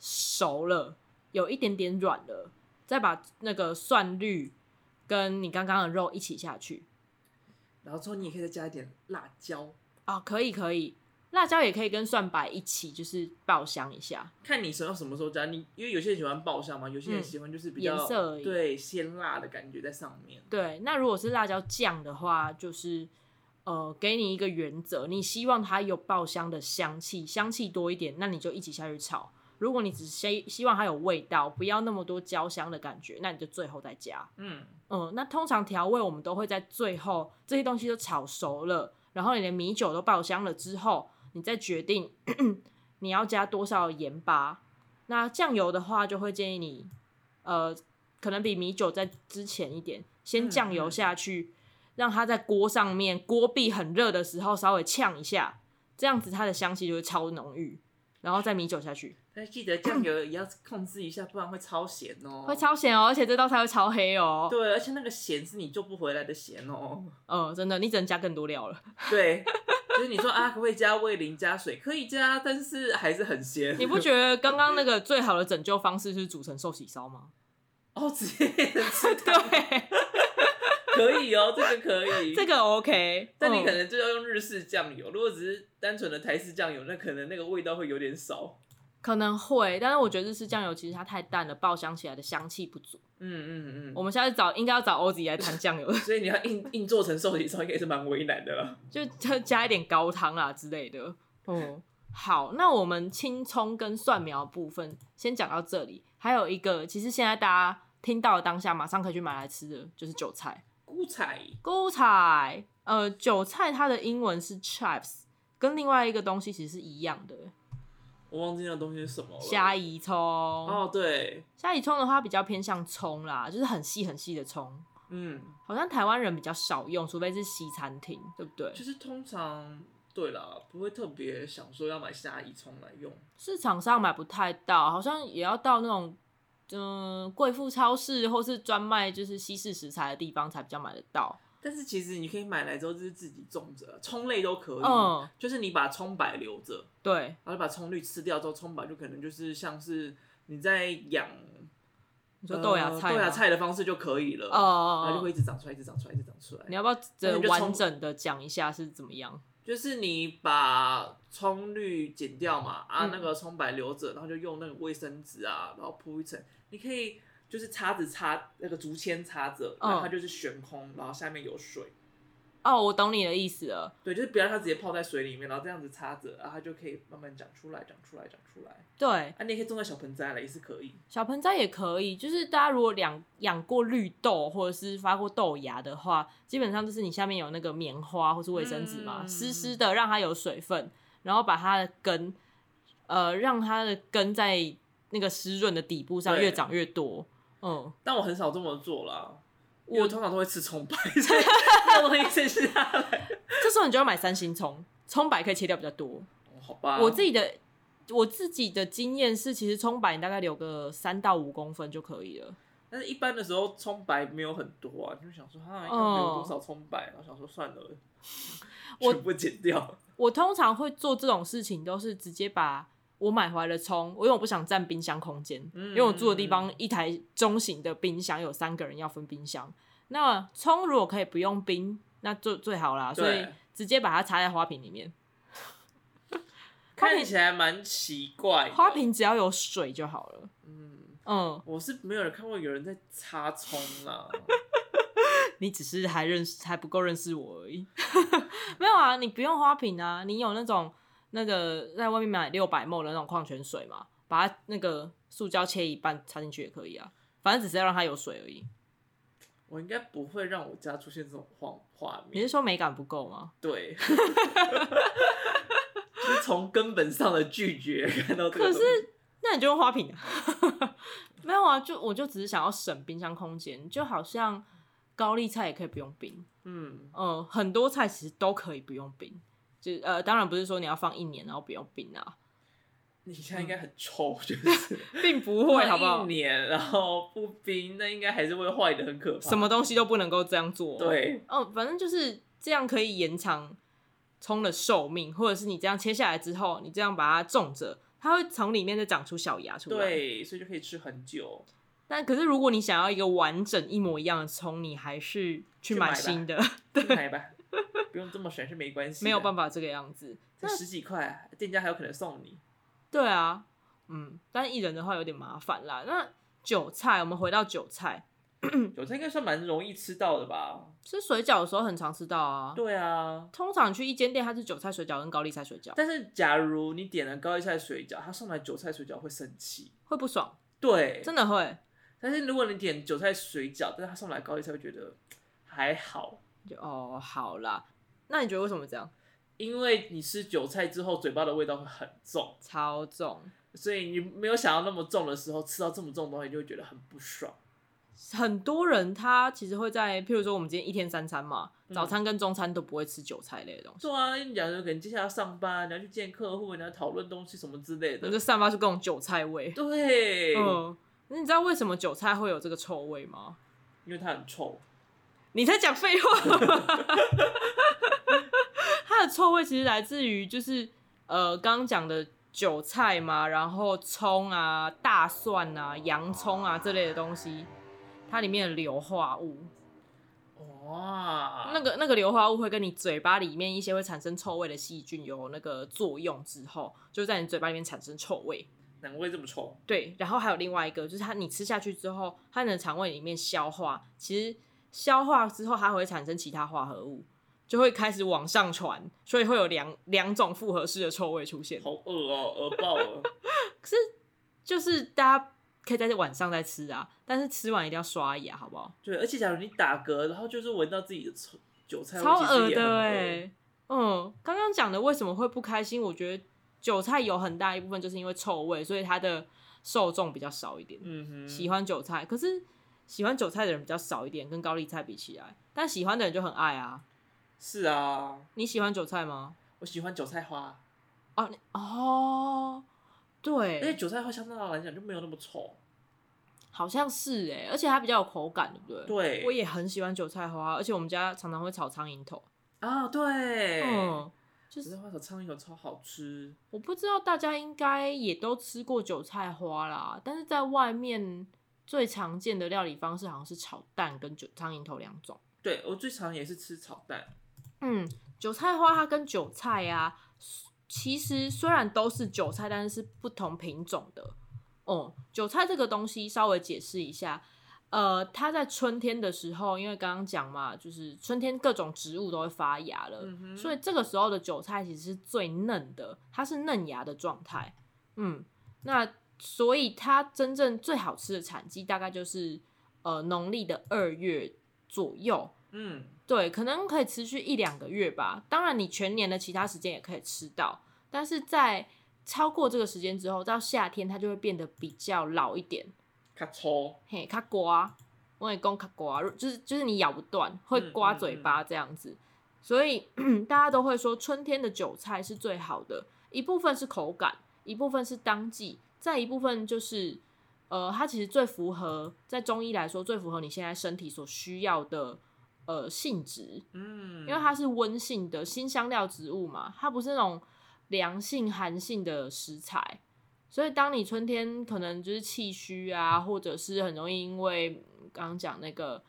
熟了，有一点点软了，再把那个蒜绿跟你刚刚的肉一起下去然后之后你也可以再加一点辣椒，啊、可以可以，辣椒也可以跟蒜白一起就是爆香一下，看你什么什么时候加。你因为有些人喜欢爆香嘛，有些人嗯喜欢就是比颜较、色而已对鲜辣的感觉在上面。对，那如果是辣椒酱的话，就是呃，给你一个原则，你希望它有爆香的香气，香气多一点，那你就一起下去炒。如果你只希希望它有味道，不要那么多焦香的感觉，那你就最后再加。嗯，嗯，那通常调味我们都会在最后这些东西都炒熟了，然后你的米酒都爆香了之后，你再决定 [clears throat] 你要加多少盐巴。那酱油的话，就会建议你，呃，可能比米酒在之前一点，先嗯酱油下去，让它在锅上面锅壁很热的时候稍微呛一下，这样子它的香气就会超浓郁，然后再米酒下去，但是记得酱油也要控制一下，不然会超咸哦。会超咸哦，而且这道菜会超黑哦。对，而且那个咸是你救不回来的咸哦。 [laughs] 嗯，真的，你只能加更多料了。对，就是你说啊，可不可以加味淋加水？可以加，但是还是很咸。你不觉得刚刚那个最好的拯救方式是煮成寿喜烧 [laughs] 吗？ [laughs] 哦，直接吃对，可以哦，这个可 [laughs] [laughs] 以。这个 OK。 [laughs] 但你嗯可能就要用日式酱油，如果只是单纯的台式酱油，那可能那个味道会有点少。可能会，但是我觉得日式酱油其实它太淡了，爆香起来的香气不足。嗯嗯我嗯。们下次找应该要找欧子来谈酱油，所以你要硬硬做成寿喜烧，应该也是蛮为难的了。 [laughs] 就就加一点高汤啊之类的。哦，嗯好，那我们青葱跟蒜苗部分先讲到这里，还有一个其实现在大家听到的当下马上可以去买来吃的就是韭菜。菇菜韭菜，呃，韭菜它的英文是 chives，跟另外一个东西其实是一样的，我忘记那东西是什么了。虾夷葱。哦，对，虾夷葱的话比较偏向葱啦，就是很细很细的葱，嗯，好像台湾人比较少用，除非是西餐厅，对不对就？是通常对啦，不会特别想说要买虾夷葱来用。市场上买不太到，好像也要到那种。嗯，贵妇超市或是专卖就是西式食材的地方才比较买得到。但是其实你可以买来之后就是自己种着，葱类都可以，嗯，就是你把葱白留着，对，然后把葱绿吃掉之后，葱白就可能就是像是你在养你说豆芽菜吗呃豆芽菜的方式就可以了。哦哦然后就哦会一直长出来，一直长出来，一直长出来。你要不要那这你就完从整的讲一下是怎么样？就是你把葱绿剪掉嘛，啊，嗯那个葱白留着，然后就用那个卫生纸啊，然后铺一层。你可以就是叉子插那个竹签插着，嗯然后它就是悬空，然后下面有水。哦，我懂你的意思了。对，就是不要让它直接泡在水里面，然后这样子插着，然后它就可以慢慢长出来，长出来，长出来。对，啊，你也可以种在小盆栽了，也是可以。小盆栽也可以，就是大家如果养养过绿豆或者是发过豆芽的话，基本上就是你下面有那个棉花或是卫生纸嘛，嗯湿湿的让它有水分，然后把它的根，呃，让它的根在那个湿润的底部上对越长越多。嗯，但我很少这么做啦，我我通常都会吃葱白，所以 [laughs] 没有东西吃下来。这时候你就要买三星葱，葱白可以切掉比较多。哦好吧，我自己的我自己的经验是，其实葱白你大概留个三到五公分就可以了。但是一般的时候葱白没有很多啊，就想说啊，要哦留多少葱白，然后想说算了， [laughs] 我全部剪掉。我通常会做这种事情，都是直接把我买回来的葱，因为我不想占冰箱空间，嗯因为我住的地方一台中型的冰箱有三个人要分冰箱。那葱如果可以不用冰，那就最好啦。所以对直接把它插在花瓶里面，花瓶看起来蛮奇怪的。花，瓶只要有水就好了。嗯，嗯，我是没有人看过有人在插葱啊 [laughs] 啦。你只是还认识还不够认识我而已。 [laughs] 没有啊，你不用花瓶啊，你有那种那个在外面买六百 ml 的那种矿泉水嘛，把它那个塑胶切一半插进去也可以啊，反正只是要让它有水而已。我应该不会让我家出现这种画画你面。是说美感不够吗？对， [laughs] 就是从根本上的拒绝看到这个可东是西。那你就用花瓶、啊。 [laughs] 没有啊，就我就只是想要省冰箱空间，就好像高丽菜也可以不用冰，嗯，嗯，很多菜其实都可以不用冰。就呃，当然不是说你要放一年然后不用冰啊，你现在应该很臭，就是。并嗯不 [laughs] 会，好不过 [laughs] 好一？年然后不冰，那应该还是会坏的很可怕。什？么东西都不能够这样做。，对，哦，反正就是这样可以延长葱的寿命，或者是你这样切下来之后，你这样把它种着，它会从里面再长出小芽出来。，对，所以就可以吃很 [laughs] 久。但可是如果你想要一个完整一模一样的葱，你还是去去买买吧新 [laughs] 的，去买吧，不用这么省是没关系。没有办法，法这个样子。才十几块，店家还有可能送你。对啊，嗯，但一人的话有点麻烦啦。那韭菜，我们回到韭菜，韭菜应该算蛮容易吃到的吧？吃水饺的时候很常吃到啊。 [laughs] 对啊，通常去一间店，它是韭菜水饺跟高丽菜水饺，但是假如你点了高丽菜水饺，他送来韭菜水饺会生气。会不爽，对，真的会。但是如果你点韭菜水饺，但是他送来高丽菜，会觉得还好，就哦，好啦，那你觉得为什么这样？因为你吃韭菜之后，嘴巴的味道会很重。超重，所以你没有想要那么重的时候，吃到这么重的东西，你就会觉得很不爽。很多人他其实会在，譬如说我们今天一天三餐嘛，嗯早餐跟中餐都不会吃韭菜类的东西，对啊，你假如可能接下来要上班，你要去见客户，你要讨论东西什么之类然后就的。散发出各种韭菜味。对，嗯，那你知道为什么韭菜会有这个臭味吗？因为它很臭。你在讲废话。 [laughs] 它的臭味其实来自于就是呃刚刚讲的韭菜嘛，然后葱啊、大蒜啊、洋葱啊这类的东西，它里面的硫化物。哇，那个那个硫化物会跟你嘴巴里面一些会产生臭味的细菌有那个作用之后，就在你嘴巴里面产生臭味。难怪这么臭。对，然后还有另外一个就是它，你吃下去之后，它的肠胃里面消化，其实消化之后它会产生其他化合物，就会开始往上传，所以会有两两种复合式的臭味出现。好饿哦，饿爆了。就是大家可以在晚上再吃啊，但是吃完一定要刷牙，好不好？对，而且假如你打嗝，然后就是闻到自己的臭韭菜味，超恶恶的哎、哎、嗯，刚刚讲的为什么会不开心？我觉得韭菜有很大一部分就是因为臭味，所以它的受众比较少一点。嗯哼，喜欢韭菜，可是喜欢韭菜的人比较少一点，跟高丽菜比起来，但喜欢的人就很爱啊。是啊，你喜欢韭菜吗？我喜欢韭菜花，哦，你哦，而对，且哎韭菜花相对来讲就没有那么臭。好像是哎、而且它比较有口感，对不对？对，我也很喜欢韭菜花，而且我们家常常会炒苍蝇头。啊，对，嗯，就韭是菜花炒苍蝇头超好吃。我不知道大家应该也都吃过韭菜花啦，但是在外面最常见的料理方式好像是炒蛋跟韭苍蝇头两种。对我最常也是吃炒蛋，嗯，韭菜花它跟韭菜啊，其实虽然都是韭菜，但是是不同品种的。哦、韭菜这个东西稍微解释一下，呃，它在春天的时候，因为刚刚讲嘛，就是春天各种植物都会发芽了，嗯哼呃所以这个时候的韭菜其实是最嫩的，它是嫩芽的状态。嗯，那所以它真正最好吃的产季大概就是呃农历的二月左右。嗯，对，可能可以持续一两个月吧。当然，你全年的其他时间也可以吃到，但是在超过这个时间之后，到夏天它就会变得比较老一点。卡抽，嘿，它刮，我也讲它刮，就是就是你咬不断，会嗯刮嗯嘴嗯巴这样子。所以 [clears throat] 大家都会说，春天的韭菜是最好的，一部分是口感，一部分是当季，再一部分就是，呃，它其实最符合在中医来说最符合你现在身体所需要的呃性质。嗯，因为它是温性的新香料植物嘛，它不是那种凉性、寒性的食材，所以当你春天可能就是气虚啊，或者是很容易因为嗯刚刚讲那个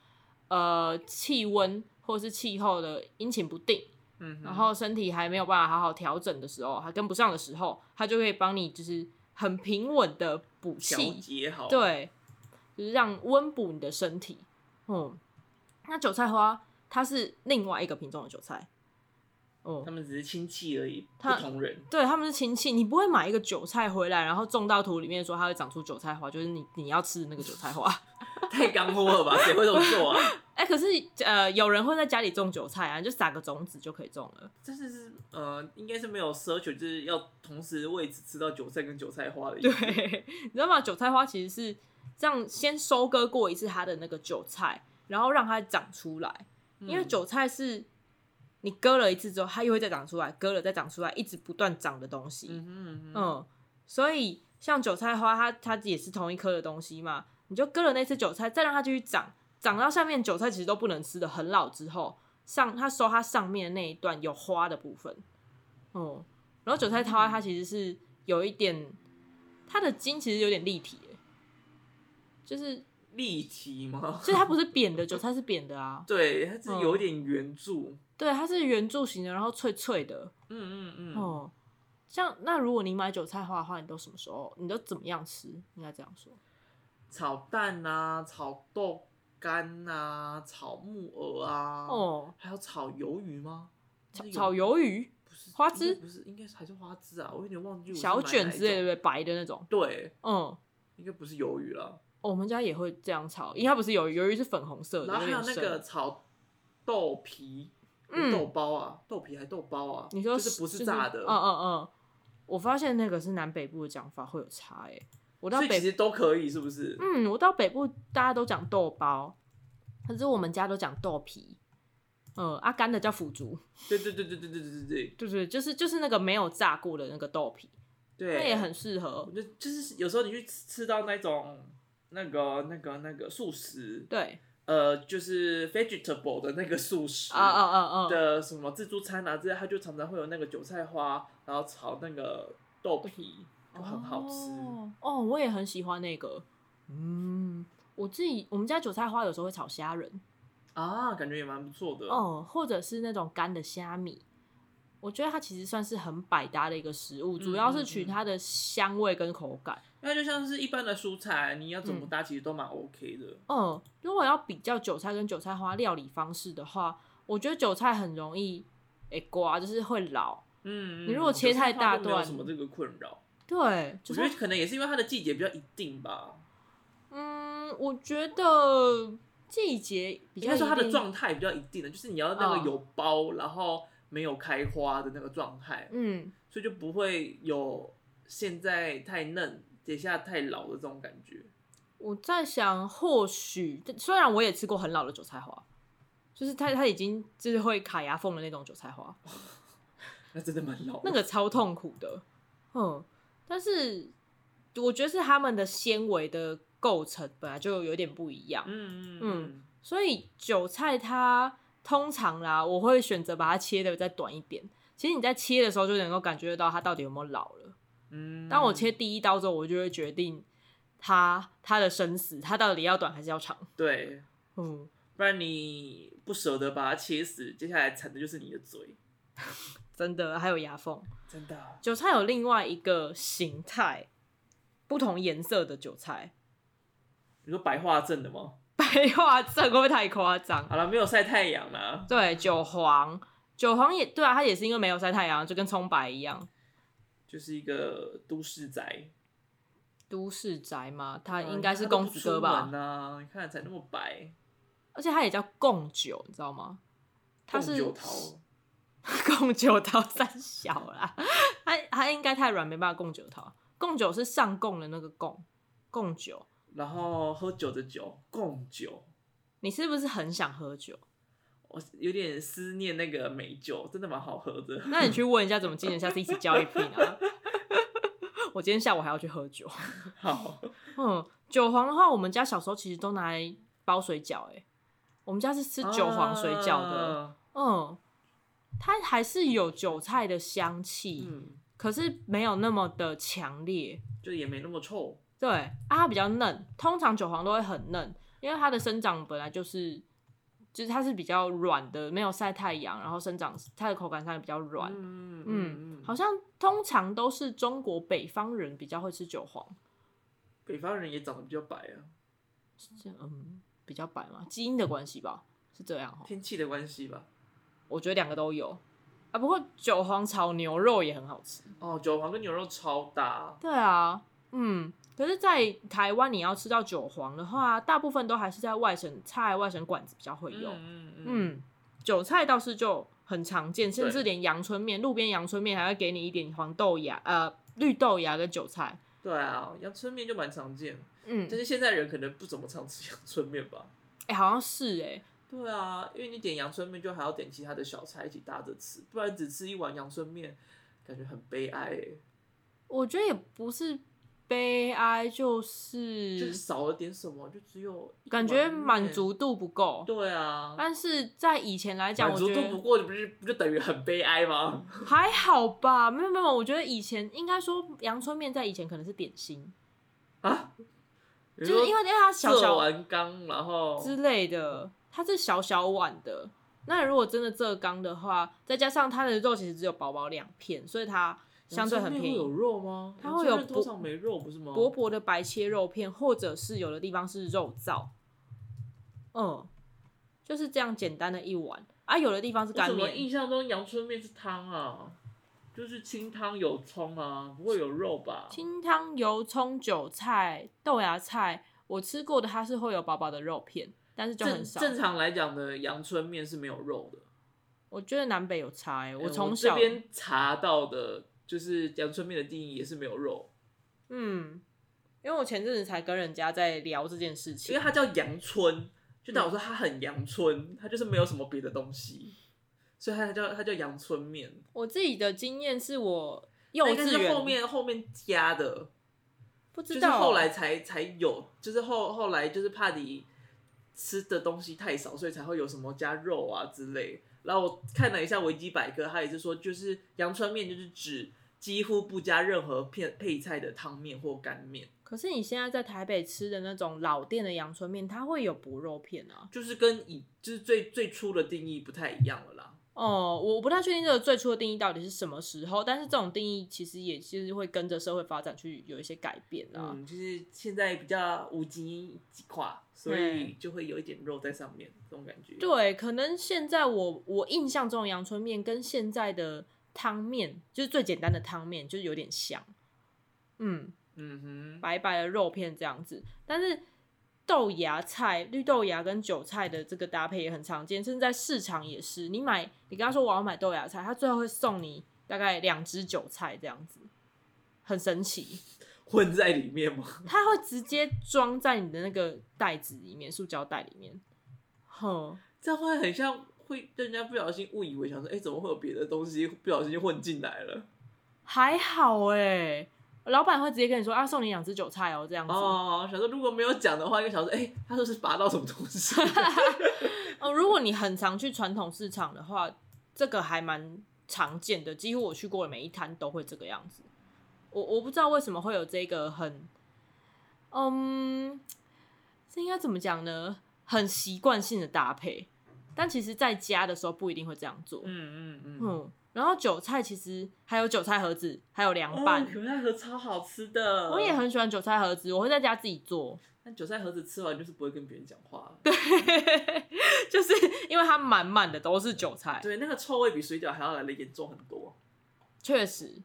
呃气温或是气候的阴晴不定，嗯哼，然后身体还没有办法好好调整的时候，还跟不上的时候，它就可以帮你就是很平稳的补调气，节好，，对，就是让温补你的身体。嗯，那韭菜花它是另外一个品种的韭菜。哦他，们只是亲戚而已，不他同人， [laughs] 对，他们是亲戚，你不会买一个韭菜回来，然后种到土里面说它会长出韭菜花，就是你你要吃的那个韭菜花。 [laughs] 太干货了吧？谁会这么做啊？哎、可是呃，有人会在家里种韭菜啊，你就撒个种子就可以种了。 [laughs] 但是是呃，应该是没有奢求，就是要同时为此吃到韭菜跟韭菜花的意思。对，你知道吗？韭菜花其实是这样，先收割过一次它的那个韭菜，然后让它长出来。嗯，因为韭菜是你割了一次之后，它又会再长出来，割了再长出来，一直不断长的东西。嗯嗯哼嗯哼，所以像韭菜花，它它也是同一颗的东西嘛，你就割了那次韭菜，再让它继续长，长到下面韭菜其实都不能吃的，很老之后，上它收它上面的那一段有花的部分。哦、然后韭菜花它其实是有一点，它的茎其实有点立体耶、就是立体吗？所以它不是扁的，韭菜是扁的啊。对，它是有点圆柱。对，它是圆柱形的，然后脆脆的。嗯嗯嗯，哦，像那如果你买韭菜花的话，你都什么时候？你都怎么样吃？应该这样说。炒蛋啊，炒豆干啊，炒木耳啊，，哦，还有炒鱿鱼吗？炒是炒鱿鱿鱼、不是花应该枝不是应该是还是花枝啊？我有点忘记我是小买哪卷一之类的，对种不对？白的那种。对，嗯，哦应该不是鱿鱼了。我们家也会这样炒，因为它不是鱿鱼，鱿鱼是粉红色的，然后还有点那深个炒豆皮。嗯豆包啊，豆皮还豆包啊，你说就是不是炸的，嗯嗯嗯。我发现那个是南北部的讲法会有差诶、我到所以其北，实都可以，是不是？嗯，我到北部大家都讲豆包，可是我们家都讲豆皮。嗯，啊，干的叫腐竹，对对对对对对对对对对，就是就是那个没有炸过的那个豆皮，对，那也很适合我。觉得就是有时候你去吃吃到那种那个那个那个素食，对，呃，就是 vegetable 的那个素食啊啊啊啊，的什么自助餐啊之类，它就常常会有那个韭菜花，然后炒那个豆皮，就很好吃。哦。哦，我也很喜欢那个。嗯，我自己我们家韭菜花有时候会炒虾仁，啊，感觉也蛮不错的。哦，或者是那种干的虾米。我觉得它其实算是很百搭的一个食嗯物，主要是取它的香味跟口感。那就像是一般的蔬菜，你要怎么搭其实都蛮 OK 的。嗯，如果要比较韭菜跟韭菜花料理方式的话，我觉得韭菜很容易诶刮，就是会老。嗯，你如果切太大就是它都没有段什么这个困扰。对，我韭觉菜得可能也是因为它的季节比较一定吧，嗯，我觉得季节比应较该说它一的定状态比较一定的，就是你要那哦个有包，然后没有开花的那个状态，嗯，所以就不会有现在太嫩，等一下太老的这种感觉。我在想，或许虽然我也吃过很老的韭菜花，就是它它已经就是会卡牙缝的那种韭菜花，那真的蛮老的。那个超痛苦的，嗯，但是我觉得是它们的纤维的构成本来就有点不一样，嗯嗯嗯嗯，所以韭菜它通常啦，我会选择把它切的再短一点。其实你在切的时候就能够感觉得到它到底有没有老了。嗯当我切第一刀之后，我就会决定他他的生死，他到底要短还是要长？对，嗯，不然你不舍得把它切死，接下来惨的就是你的嘴，真的，还有牙缝。真的。啊韭菜有另外一个形态，不同颜色的韭菜， [laughs] 哎你说白化症的吗？白化症会不会太夸张？好了，没有晒太阳啦。对，韭黄，韭黄也对啊，它也是因为没有晒太阳，就跟葱白一样。就是一个都市宅，都市宅嘛，它嗯啊应该是公子哥他都吧不出，门啊，你看才那么白，而且它也叫贡酒，你知道吗？它凤是九桃，供酒桃三小啦， [laughs] 它它应该太软，没办法供酒桃。供酒是上供的那个供，供酒。然后喝酒的酒，贡酒，你是不是很想喝酒？我有点思念那个美酒，真的蛮好喝的。 [laughs] 那你去问一下怎么今年下次一起交一瓶啊？ [laughs] 我今天下午还要去喝酒。好，嗯，韭黄的话，我们家小时候其实都拿来包水饺，哎，我们家是吃韭黄水饺的。啊，嗯，它还是有韭菜的香气，嗯，可是没有那么的强烈。就也没那么臭。对啊，它比较嫩，通常韭黄都会很嫩，因为它的生长本来就是，就是它是比较软的，没有晒太阳，然后生长它的口感上也比较软。嗯嗯，好，像通常都是中国北方人比较会吃韭黄，北方人也长得比较白啊，这嗯比较白嘛，基因的关系吧，是这样哈。天气的关系吧。我觉得两个都有啊，不过韭黄炒牛肉也很好吃。哦，韭黄跟牛肉超搭，对啊，嗯，可是，在台湾你要吃到韭黄的话，大部分都还是在外省菜、外省馆子比较会有。嗯嗯嗯，嗯，韭菜倒是就很常见，甚至对连阳春面，路边阳春面还会给你一点黄豆芽、呃绿豆芽跟韭菜。对啊，阳春面就蛮常见，嗯但，是现在人可能不怎么常吃阳春面吧。哎、好像是哎、对啊，因为你点阳春面就还要点其他的小菜一起搭着吃，不然只吃一碗阳春面，感觉很悲哀欸，我觉得也不是悲哀，就是就是少了点什么，就只有一嗯感觉碗面满。足度不够。对啊，但是在以前来讲，满我足觉度不得过，不是不就等于很悲哀吗？还好吧。没有没有，我觉得以前应该说阳春面在以前可能是点心，啊，就就是因为因为它小做小完缸，然后之类的，它是小小碗的。那如果真的浙缸的话，再加上它的肉其实只有薄薄两片，所以它相对很阳春便面嗯会有宜。肉吗？它会有阳春面薄多少没肉不是吗？薄薄的白切肉片，或者是有的地方是肉燥，嗯，就是这样简单的一碗啊。有的地方是为干什么面，印象中阳春面是汤啊？就是清汤有葱啊，不会有肉吧？清汤、油葱、韭菜、豆芽菜，我吃过的它是会有薄薄的肉片，但是就正很少。正常来讲的阳春面是没有肉的。我觉得南北有差、欸，哎从这小边查到的，就是阳春面的定义也是没有肉，嗯，因为我前阵子才跟人家在聊这件事因为情，它叫阳春，就嗯代表说它很阳春，它就是没有什么别的东西，所以它叫它叫阳春面。我自己的经验是我幼那应该稚是园后面后面加的，不就知是道后来才才有，就是后后来就是怕你吃的东西太少，所以才会有什么加肉啊之类。然后我看了一下维基百科，它也是说，就是阳春面就是指几乎不加任何片配菜的汤面或干面，可是你现在在台北吃的那种老店的阳春面，它会有薄肉片啊。就是跟以就是最最初的定义不太一样了啦。哦、我不太确定这个最初的定义到底是什么时候，但是这种定义其实也是会跟着社会发展去有一些改变啊。嗯，就是现在比较五斤几块，所以就会有一点肉在上面，这种感觉。对，可能现在我我印象中的阳春面跟现在的汤面，就是最简单的汤面，就是有点像。嗯，嗯哼，白白的肉片这样子，但是豆芽菜、绿豆芽跟韭菜的这个搭配也很常见，甚至在市场也是。你买，你跟他说我要买豆芽菜，他最后会送你大概两只韭菜这样子，很神奇。混在里面吗？他会直接装在你的那个袋子里面，塑胶袋里面。哼，这样会很像会让人家不小心误以为想说，哎、怎么会有别的东西不小心就混进来了？还好哎、老板会直接跟你说啊，送你两只韭菜哦，这样子。哦，想说如果没有讲的话，又想说，哎、他说是拔到什么东西？哦，如果你很常去传统市场的话，这个还蛮常见的，几乎我去过的每一摊都会这个样子。我我不知道为什么会有这个很，嗯，这应该怎么讲呢？很习惯性的搭配，但其实在家的时候不一定会这样做。 [laughs] 嗯嗯嗯。嗯，然后韭菜其实还有韭菜盒子，还有凉哦拌，，韭菜盒超好吃的，我也很喜欢韭菜盒子，我会在家自己做，但韭菜盒子吃完就是不会跟别人讲话。就是因为它满满的都是韭菜，对，那个臭味比水饺还要来的严重很多。确实，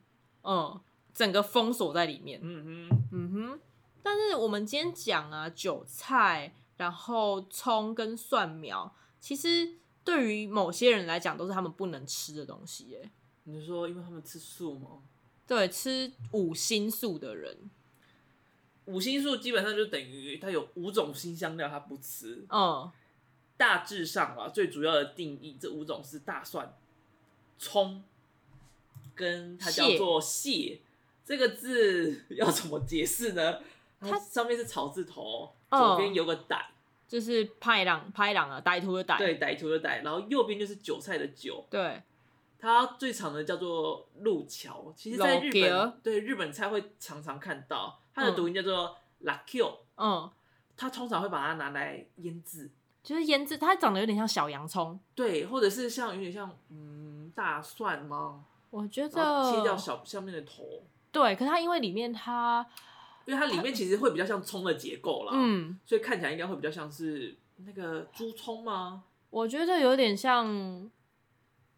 嗯，整个封锁在里面。嗯哼，嗯哼，但是我们今天讲啊，韭菜，然后葱跟蒜苗，其实对于某些人来讲都是他们不能吃的东西耶。你是说因为他们吃素吗？对，吃五星素的人，五星素基本上就等于它有五种新香料，它不吃。嗯，大致上啊，最主要的定义这五种是大蒜、葱，跟它叫做蟹。这个字 [laughs] 要怎么解释呢？它它上面是草字头，哦左边有个歹，就是派朗派朗啊，歹徒的歹，对，歹徒的歹，然后右边就是韭菜的韭。对它最常的叫做路桥，其实在日鹿桥本对日本菜会常常看到，它的嗯读音叫做 la q，嗯，它通常会把它拿来腌制，就是腌制，它长得有点像小洋葱，对，或者是像有点像嗯大蒜吗？我觉然后得切掉小下面的头，对，可是它因为里面它，因为它里面其实会比较像葱的结构啦，，嗯，所以看起来应该会比较像是那个猪葱吗？我觉得有点像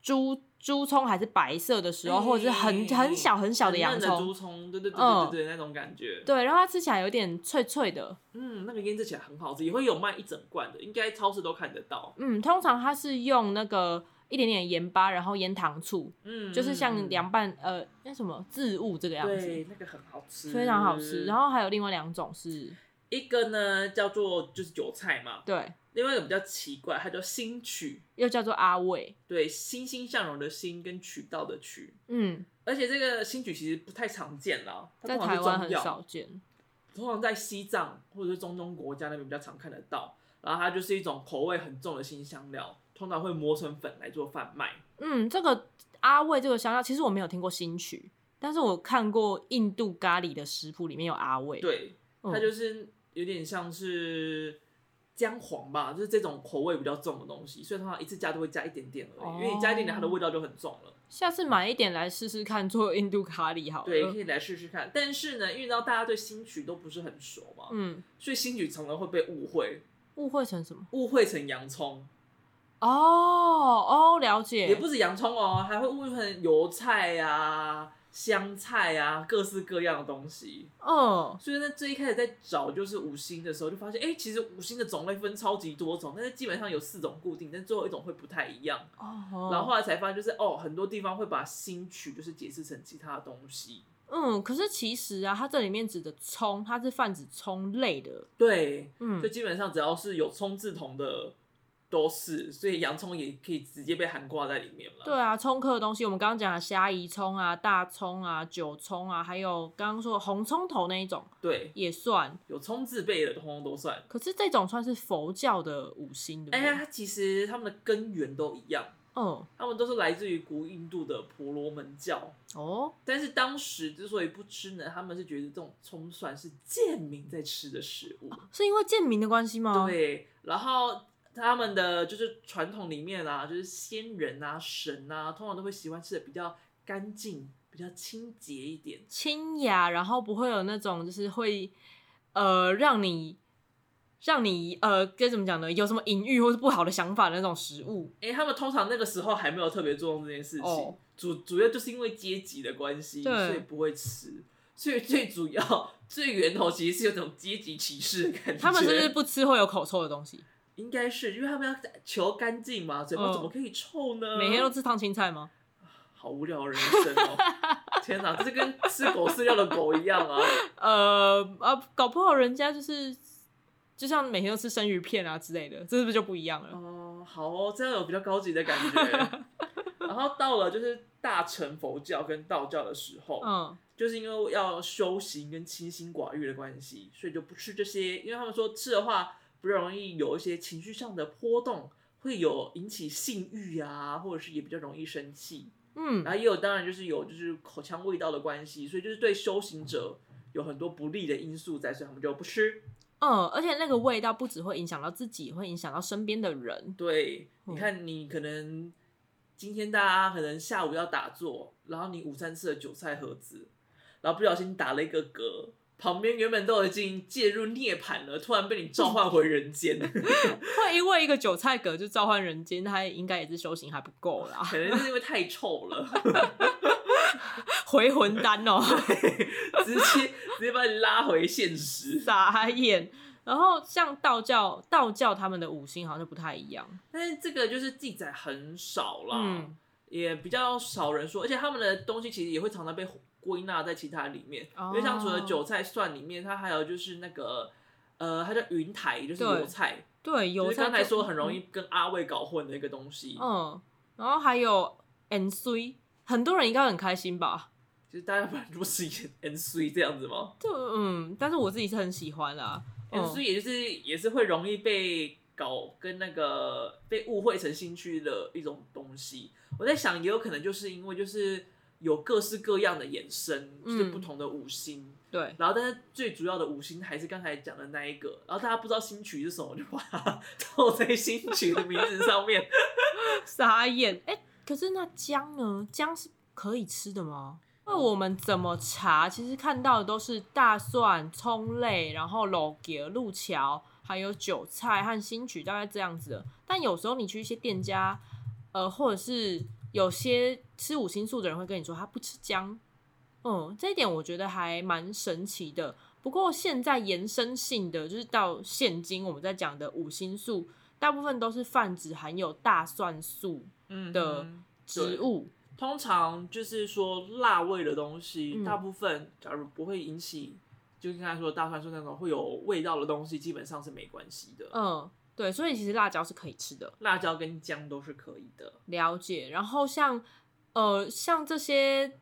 猪猪葱，还是白色的时候，或者是很哎很小很小的洋嫩葱，猪葱，对对对嗯对对对，那种感觉，对，然后它吃起来有点脆脆的。嗯，那个腌制起来很好吃，也会有卖一整罐的，应该超市都看得到，嗯，通常它是用那个一点点盐巴，然后腌糖醋，嗯，就是嗯像嗯凉拌呃那什么渍物这个样子，对，那个很好吃，非常好吃。然后后还有另外两种是，一个呢叫做就是韭菜嘛，对，另外一个比较奇怪，它叫新曲，又叫做阿味。对，欣欣向荣的欣跟渠道的渠。嗯，而且这个新曲其实不太常见啦，它在通常台是湾中很药少见。通常在西藏或者是中东国家那边比较常看得到。然后它就是一种口味很重的新香料，通常会磨成粉来做贩卖。嗯，这个阿味这个香料，其实我没有听过新曲，但是我看过印度咖喱的食谱里面有阿味。，对，嗯、它就是有点像是姜黄吧，就是这种口味比较重的东西，所以通常一次加都会加一点点而已，哦因为你加一点点，它的味道就很重了。下次买一点来试试看做印度咖喱好了。对，可，以来试试看。但是呢，因为你知道大家对新曲都不是很熟嘛，嗯，所以新曲常常会被误会，误会成什么？误会成洋葱，哦哦，了解，也不止洋葱哦，还会误会成油菜啊、香菜啊，各式各样的东西。嗯，所以呢，最一开始在找就是五星的时候，就发现哎、诶其实五星的种类分超级多种，但是基本上有四种固定，但最后一种会不太一样。哦，然后后来才发现，就是哦，很多地方会把新曲就是解释成其他的东西。嗯，可是其实啊，它这里面指的葱，它是泛指葱类的，对，嗯所以基本上只要是有葱字同的都是，所以洋葱也可以直接被含挂在里面了。对啊，葱科的东西，我们刚刚讲的虾夷葱啊、大葱啊、韭葱啊，还有刚刚说的红葱头那一种对，也算，有葱字辈的通通都算。可是这种算是佛教的五星，对哎不对？呀，它其实他们的根源都一样，嗯，他们都是来自于古印度的婆罗门教。哦，但是当时之所以不吃呢，他们是觉得这种葱蒜是贱民在吃的食物。是因为贱民的关系吗？，对，然后他们的就是传统里面啊，就是仙人啊、神啊，通常都会喜欢吃的比较干净、比较清洁一点。清雅，然后不会有那种就是会呃让你让你呃该怎么讲呢？有什么隐喻或是不好的想法的那种食物。哎、他们通常那个时候还没有特别注重这件事情，哦主主要就是因为阶级的关系，对所以不会吃。所以最主要、最源头其实是有种阶级歧视的感觉。他们是不是不吃会有口臭的东西？应该是因为他们要求干净嘛，嘴巴嗯怎么可以臭呢？每天都吃烫青菜吗？好无聊的人生哦！ [laughs] 天哪，这是跟吃狗饲料的狗一样 [laughs] 啊！呃啊，搞不好人家就是就像每天都吃生鱼片啊之类的，这是不是就不一样了？哦，好哦，这样有比较高级的感觉。 [laughs] 然后到了就是大乘佛教跟道教的时候，嗯，就是因为要修行跟清心寡欲的关系，所以就不吃这些，因为他们说吃的话不容易有一些情绪上的波动，会有引起性欲啊，或者是也比较容易生气。嗯然后也有当然就是有就是口腔味道的关系，所以就是对修行者有很多不利的因素在，所以他们就不吃。嗯，而且那个味道不只会影响到自己，也会影响到身边的人。对，嗯你看你可能今天大家可能下午要打坐，然后你午餐吃了韭菜盒子，然后不小心打了一个嗝。旁边原本都已经介入涅槃了，突然被你召唤回人 [laughs] 间，会因为一个韭菜格就召唤人间，他应该也是修行还不够啦， [laughs] 可能是因为太臭了，回魂丹哦、直接直接把你拉回现实。 [laughs] 傻眼。然后像道教，道教他们的五行好像就不太一样。但是这个就是记载很少啦，嗯也比较少人说，而且他们的东西其实也会常常被归纳在其他里面，哦因为像除了韭菜蒜里面，它还有就是那个呃，它叫云台，就是油菜，对，就有是刚才说很容易，易跟阿魏搞混的一个东西，嗯，然后还有 N C，很多人应该很开心吧？就是大家本来就不是 [laughs] 演 N C 这样子吗就嗯，但是我自己是很喜欢啦。 ？N 嗯 C 也就是也是会容易被搞跟那个被误会成新区的一种东西。我在想，也有可能就是因为就是有各式各样的衍生，就是嗯不同的五星。对，然后，但是最主要的五星还是刚才讲的那一个。然后大家不知道新曲是什么，就把它 [laughs] 套在新曲的名字上面。 [laughs] 傻眼。哎、可是那姜呢？姜是可以吃的吗？那我们怎么查？其实看到的都是大蒜、葱类，然后肉格、路桥，还有韭菜和新曲，大概这样子的。但有时候你去一些店家，呃，或者是有些吃五星素的人会跟你说他不吃姜，嗯，这一点我觉得还蛮神奇的。不过现在延伸性的，就是到现今我们在讲的五星素，大部分都是泛指含有大蒜素嗯的哼植物。通常就是说辣味的东西，嗯大部分假如不会引起，就刚才说的大蒜说那种会有味道的东西，基本上是没关系的。嗯，对，所以其实辣椒是可以吃的。辣椒跟姜都是可以的。了解。然后像呃，像这些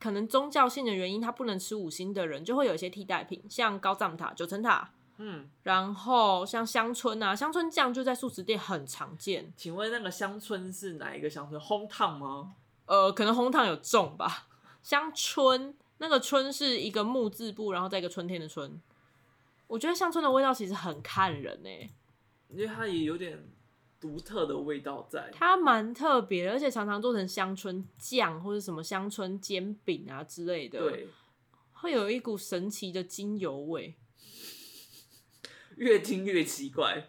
可能宗教性的原因，他不能吃五星的人，就会有一些替代品，像高藏塔、九层塔，嗯，然后像香椿啊，香椿酱就在素食店很常见。请问那个乡村是哪一个乡村？烘烫吗？呃，可能红糖有重吧。香椿那个椿是一个木字部，然后再一个春天的春。我觉得香椿的味道其实很看人欸诶、因为它也有点独特的味道在。它蛮特别的，而且常常做成香椿酱或者什么香椿煎饼啊之类的。对，会有一股神奇的精油味。越听越奇怪。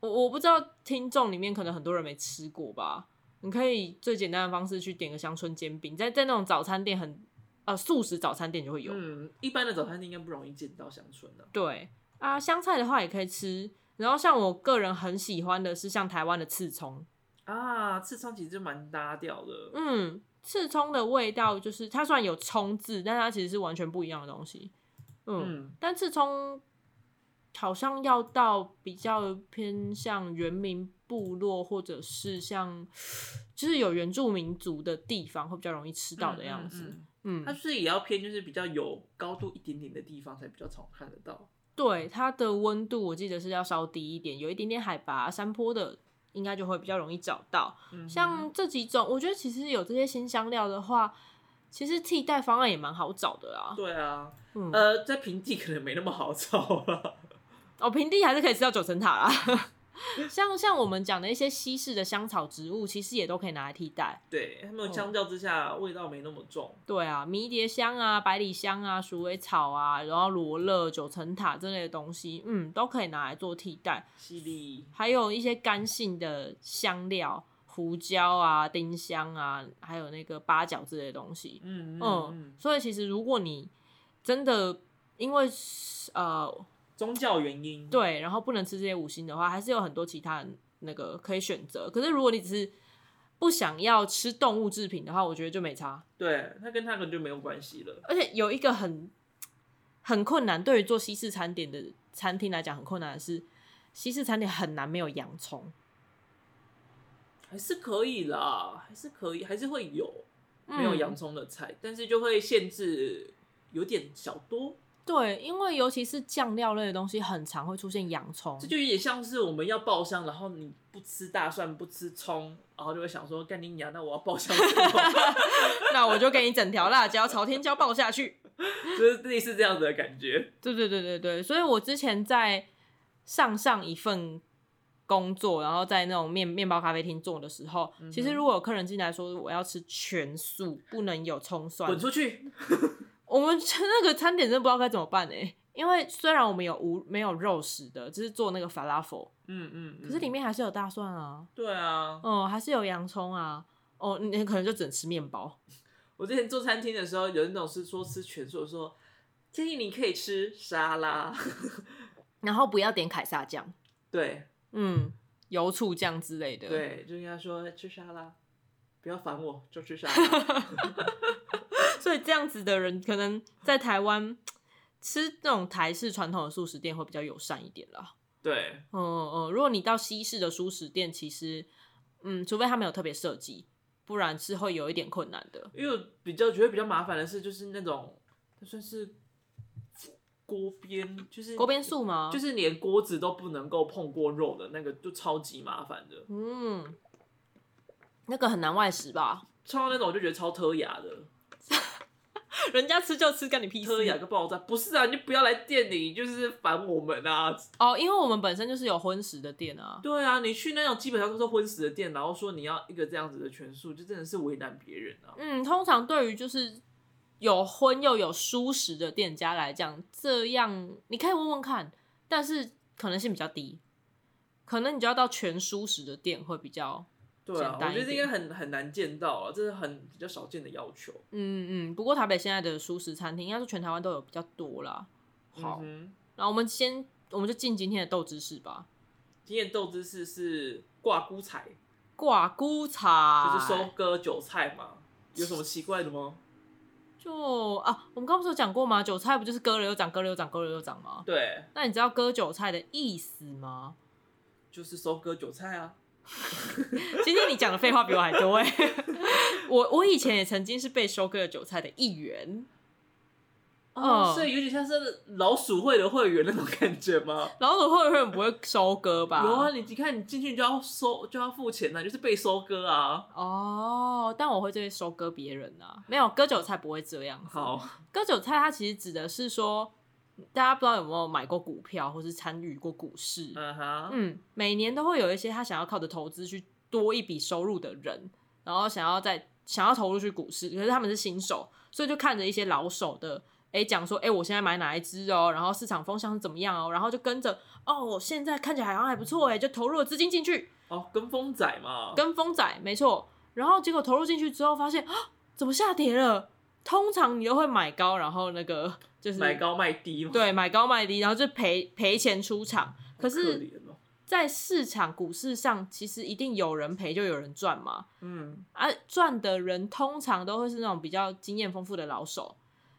我我不知道听众里面可能很多人没吃过吧，你可以最简单的方式去点个香椿煎饼，在在那种早餐店很呃素食早餐店就会有。嗯，一般的早餐店应该不容易见到香椿的、对啊，香菜的话也可以吃。然后像我个人很喜欢的是像台湾的刺葱，啊。刺葱其实就蛮搭调的，嗯，刺葱的味道就是它虽然有葱字，但它其实是完全不一样的东西。嗯，嗯，但刺葱好像要到比较偏向原民部落，或者是像就是有原住民族的地方，会比较容易吃到的样子。嗯嗯，嗯嗯它就是也要偏就是比较有高度一点点的地方才比较常看得到。对，它的温度我记得是要稍低一点，有一点点海拔，山坡的应该就会比较容易找到。嗯哼，像这几种，我觉得其实有这些新香料的话，其实替代方案也蛮好找的啊。对啊，嗯，呃，在平地可能没那么好找了。哦，平地还是可以吃到九层塔啦。 [laughs] 像像我们讲的一些西式的香草植物，其实也都可以拿来替代。对，他们相较之下味道没那么重。对啊，迷迭香啊、百里香啊、鼠尾草啊，然后罗勒、九层塔这类的东西，嗯，都可以拿来做替代。犀利，还有一些干性的香料，胡椒啊、丁香啊，还有那个八角之类的东西。嗯嗯嗯，所以其实如果你真的因为呃宗教原因，，对，然后不能吃这些五星的话，还是有很多其他的那个可以选择。可是如果你只是不想要吃动物制品的话，我觉得就没差。对，它跟它可能就没有关系了。而且有一个很很困难，对于做西式餐点的餐厅来讲，很困难的是，西式餐点很难没有洋葱。还是可以啦，还是可以，还是会有没有嗯洋葱的菜，但是就会限制有点小多。对，因为尤其是酱料类的东西，很常会出现洋葱这。就有点像是我们要爆香，然后你不吃大蒜，不吃葱，然后就会想说干你娘，那我要爆香什么？ [laughs] 那我就给你整条辣椒朝天椒爆下去。就是类似这样子的感觉。对对对对对，所以我之前在上上一份工作，然后在那种面面包咖啡厅做的时候，其实如果有客人进来说我要吃全素，不能有葱蒜滚，出去！我们 [laughs] 那个餐点真的不知道该怎么办哎、因为虽然我们有无没有肉食的，就是做那个法拉佛，嗯嗯。嗯可是里面还是有大蒜啊，对啊，哦、还是有洋葱啊，哦，你你可能就只能吃面包。我之前做餐厅的时候，有那种是说吃全素，我说建议你可以吃沙拉， [laughs] 然后不要点凯撒酱，对嗯，油醋酱之类的。，对，就应该说吃沙拉，不要烦我，就吃沙拉。 [laughs] 所以这样子的人可能在台湾吃那种台式传统的素食店会比较友善一点啦。对，嗯嗯，如果你到西式的素食店，其实嗯，除非他们有特别设计，不然是会有一点困难的。因为我比较觉得比较麻烦的是，就是那种它算是锅边，就是锅边，素吗？就是是连锅子都不能够碰过肉的那个，就超级麻烦的。嗯，那个很难外食吧？吃到那种我就觉得超特牙的，人家吃就吃，干你屁特事牙个爆炸。不是啊，你就不要来店里，就是烦我们啊。哦！因为我们本身就是有荤食的店啊。对啊，你去那种基本上都是荤食的店，然后说你要一个这样子的全素，就真的是为难别人啊。嗯，通常对于就是有荤又有蔬食的店家来讲，这样你可以问问看，但是可能性比较低，可能你就要到全蔬食的店会比较，对啊简，我单一觉得这应点该很很难见到啊，这是很比较少见的要求。嗯嗯。不过台北现在的蔬食餐厅应该是全台湾都有比较多啦。好，嗯哼、那、我们先我们就进今天的豆知识吧。今天的豆知识是挂菇采，挂菇茶就是收割韭菜嘛，有什么奇怪的吗？就啊，我们刚不是有讲过吗？韭菜不就是割了又长，割了又长，割了又长吗？对，那你知道割韭菜的意思吗？就是收割韭菜啊。今天你讲的废话比我还多哎、 [laughs] 我我以前也曾经是被收割的韭菜的一员，哦哦，所以有点像是老鼠会的会员那种感觉吗？然后会不会不会收割吧？ [laughs] 有啊，你你看你进去就要收就要付钱呢、啊，就是被收割啊。哦，但我会这收割别人啊，没有割韭菜不会这样。好，割韭菜它其实指的是说，大家不知道有没有买过股票或是参与过股市，嗯哼，嗯，每年都会有一些他想要靠着投资去多一笔收入的人，然后想要在想要投入去股市，可是他们是新手，所以就看着一些老手的，诶，讲说，诶，我现在买哪一只哦，然后市场风向是怎么样哦，然后就跟着，哦，我现在看起来好像还不错诶，就投入了资金进去，哦，跟风仔嘛，跟风仔，没错。然后结果投入进去之后，发现啊，怎么下跌了？通常你都会买高，然后那个就是买，高卖低嘛。对，买高卖低，然后就赔赔钱出场。可是怜哦。在市场股市上，其实一定有人赔就有人赚嘛。嗯，啊，赚的人通常都会是那种比较经验丰富的老手，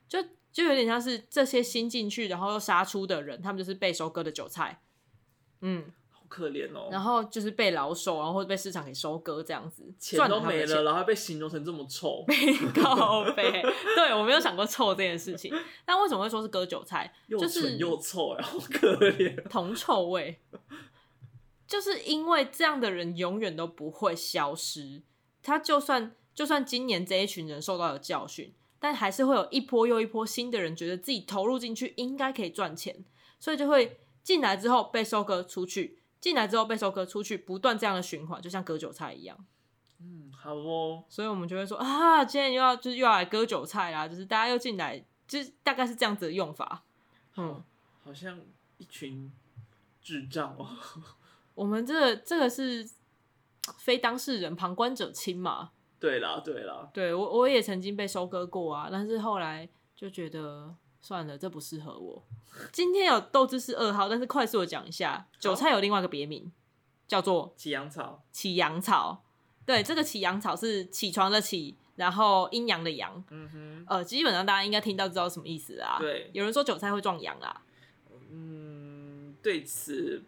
就就有点像是这些新进去然后又杀出的人，他们就是被收割的韭菜。嗯，好可怜哦。然后就是被老手，然后或者被市场给收割这样子，钱都赚没了了，然后还被形容成这么 [laughs] 臭，他们的钱， [laughs] 靠背。对我没有想过臭这件事情，但为什么会说是割韭菜？又就是蠢又臭，哎，好可怜。铜臭味， [laughs] 就是因为这样的人永远都不会消失。他就算就算今年这一群人受到了教训，但还是会有一波又一波新的人觉得自己投入进去应该可以赚钱，所以就会进来之后被收割出去，进来之后被收割出去，不断这样的循环，就像割韭菜一样。嗯，好哦，所以我们就会说啊，今天又要就是又要来割韭菜啦，就是大家又进来，就是大概是这样子的用法。嗯，好像一群智障哦。 [laughs] 我们这个这个是非当事人，旁观者清嘛。对啦，对啦，对我我也曾经被收割过啊，但是后来就觉得算了，这不适合我。今天有豆知识二号，但是快速的讲一下，韭菜有另外一个别名叫做起阳草，起阳草。对，这个起阳草是起床的起，然后阴阳的阳。嗯哼，呃，基本上大家应该听到知道什么意思啦。，对，有人说韭菜会壮阳啦，嗯，对此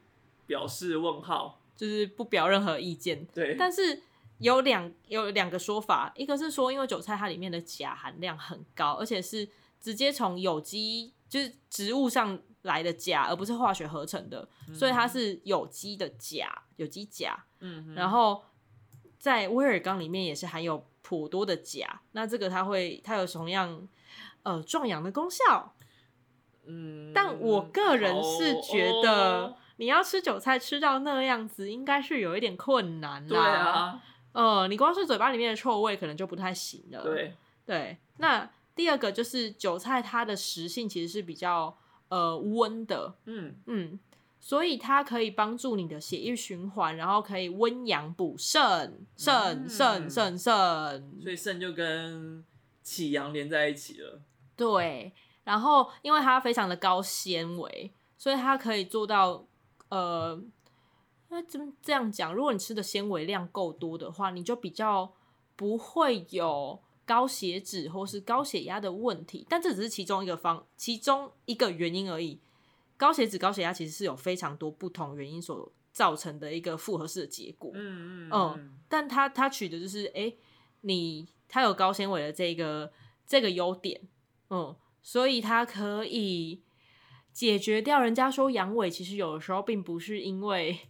表示问号。就是不表任何意见。对，但是有两有两个说法，一个是说，因为韭菜它里面的钾含量很高，而且是直接从有机就是植物上来的钾，而不是化学合成的，所以它是有机的钾，有机钾。嗯哼，然后在威尔刚里面也是含有颇多的钾，那这个它会它有同样呃壮阳的功效。嗯，但我个人是觉好得哦，你要吃韭菜吃到那样子，应该是有一点困难对啦。，啊，呃，你光是嘴巴里面的臭味可能就不太行了。对，对，那第二个就是韭菜，它的食性其实是比较呃温的，嗯，嗯，所以它可以帮助你的血液循环，然后可以温阳补肾，肾肾嗯肾肾，所以肾就跟启阳连在一起了。对。然后因为它非常的高纤维，所以它可以做到呃，那怎么这样讲？如果你吃的纤维量够多的话，你就比较不会有高血脂或是高血压的问题。但这只是其中一个方，其中一个原因而已。高血脂、高血压其实是有非常多不同原因所造成的一个复合式的结果。嗯嗯哦嗯，但它它取的就是，哎、你它有高纤维的这个这个优点，嗯，所以它可以解决掉人家说阳痿，其实有的时候并不是因为，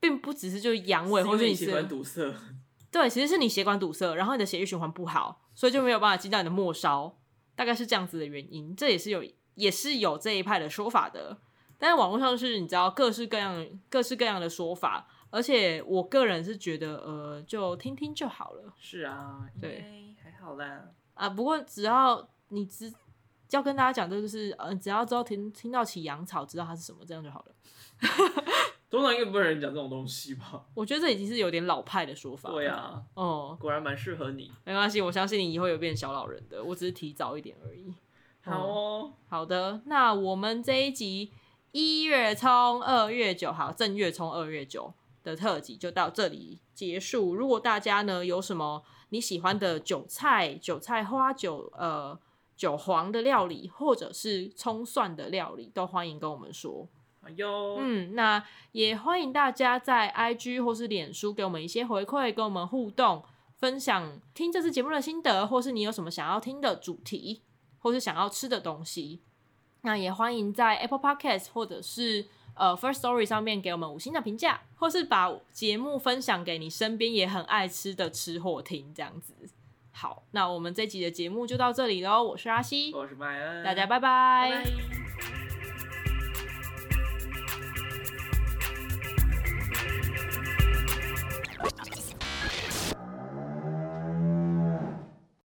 并不只是就是阳痿，是因或为是你喜是欢堵塞，对，其实是你血管堵塞，然后你的血液循环不好，所以就没有办法进到你的末梢，大概是这样子的原因。这也是有也是有这一派的说法的，但是网络上是你知道各式各样各式各样的说法，而且我个人是觉得呃，就听听就好了是啊，应对该还好啦。啊。不过只要你知要跟大家讲，这就是呃，只要之后听听到起阳草，知道它是什么，这样就好了。通常应该不会有人讲这种东西吧？我觉得这已经是有点老派的说法。对，啊，哦、果然蛮适合你。没关系，我相信你以后有变小老人的，我只是提早一点而已。好哦，好的，那我们这一集一月冲二月九号，正月冲二月九的特辑就到这里结束。如果大家呢有什么你喜欢的韭菜、韭菜花、韭呃韭黄的料理，或者是葱蒜的料理，都欢迎跟我们说。好哟，嗯，那也欢迎大家在 IG 或是脸书给我们一些回馈，跟我们互动，分享听这次节目的心得，或是你有什么想要听的主题，或是想要吃的东西。那也欢迎在 Apple Podcast 或者是呃 First Story 上面给我们五星的评价，或是把节目分享给你身边也很爱吃的吃货听，这样子。好，那我们这集的节目就到这里喽，我是阿西，我是麦恩，大家嗯拜拜拜拜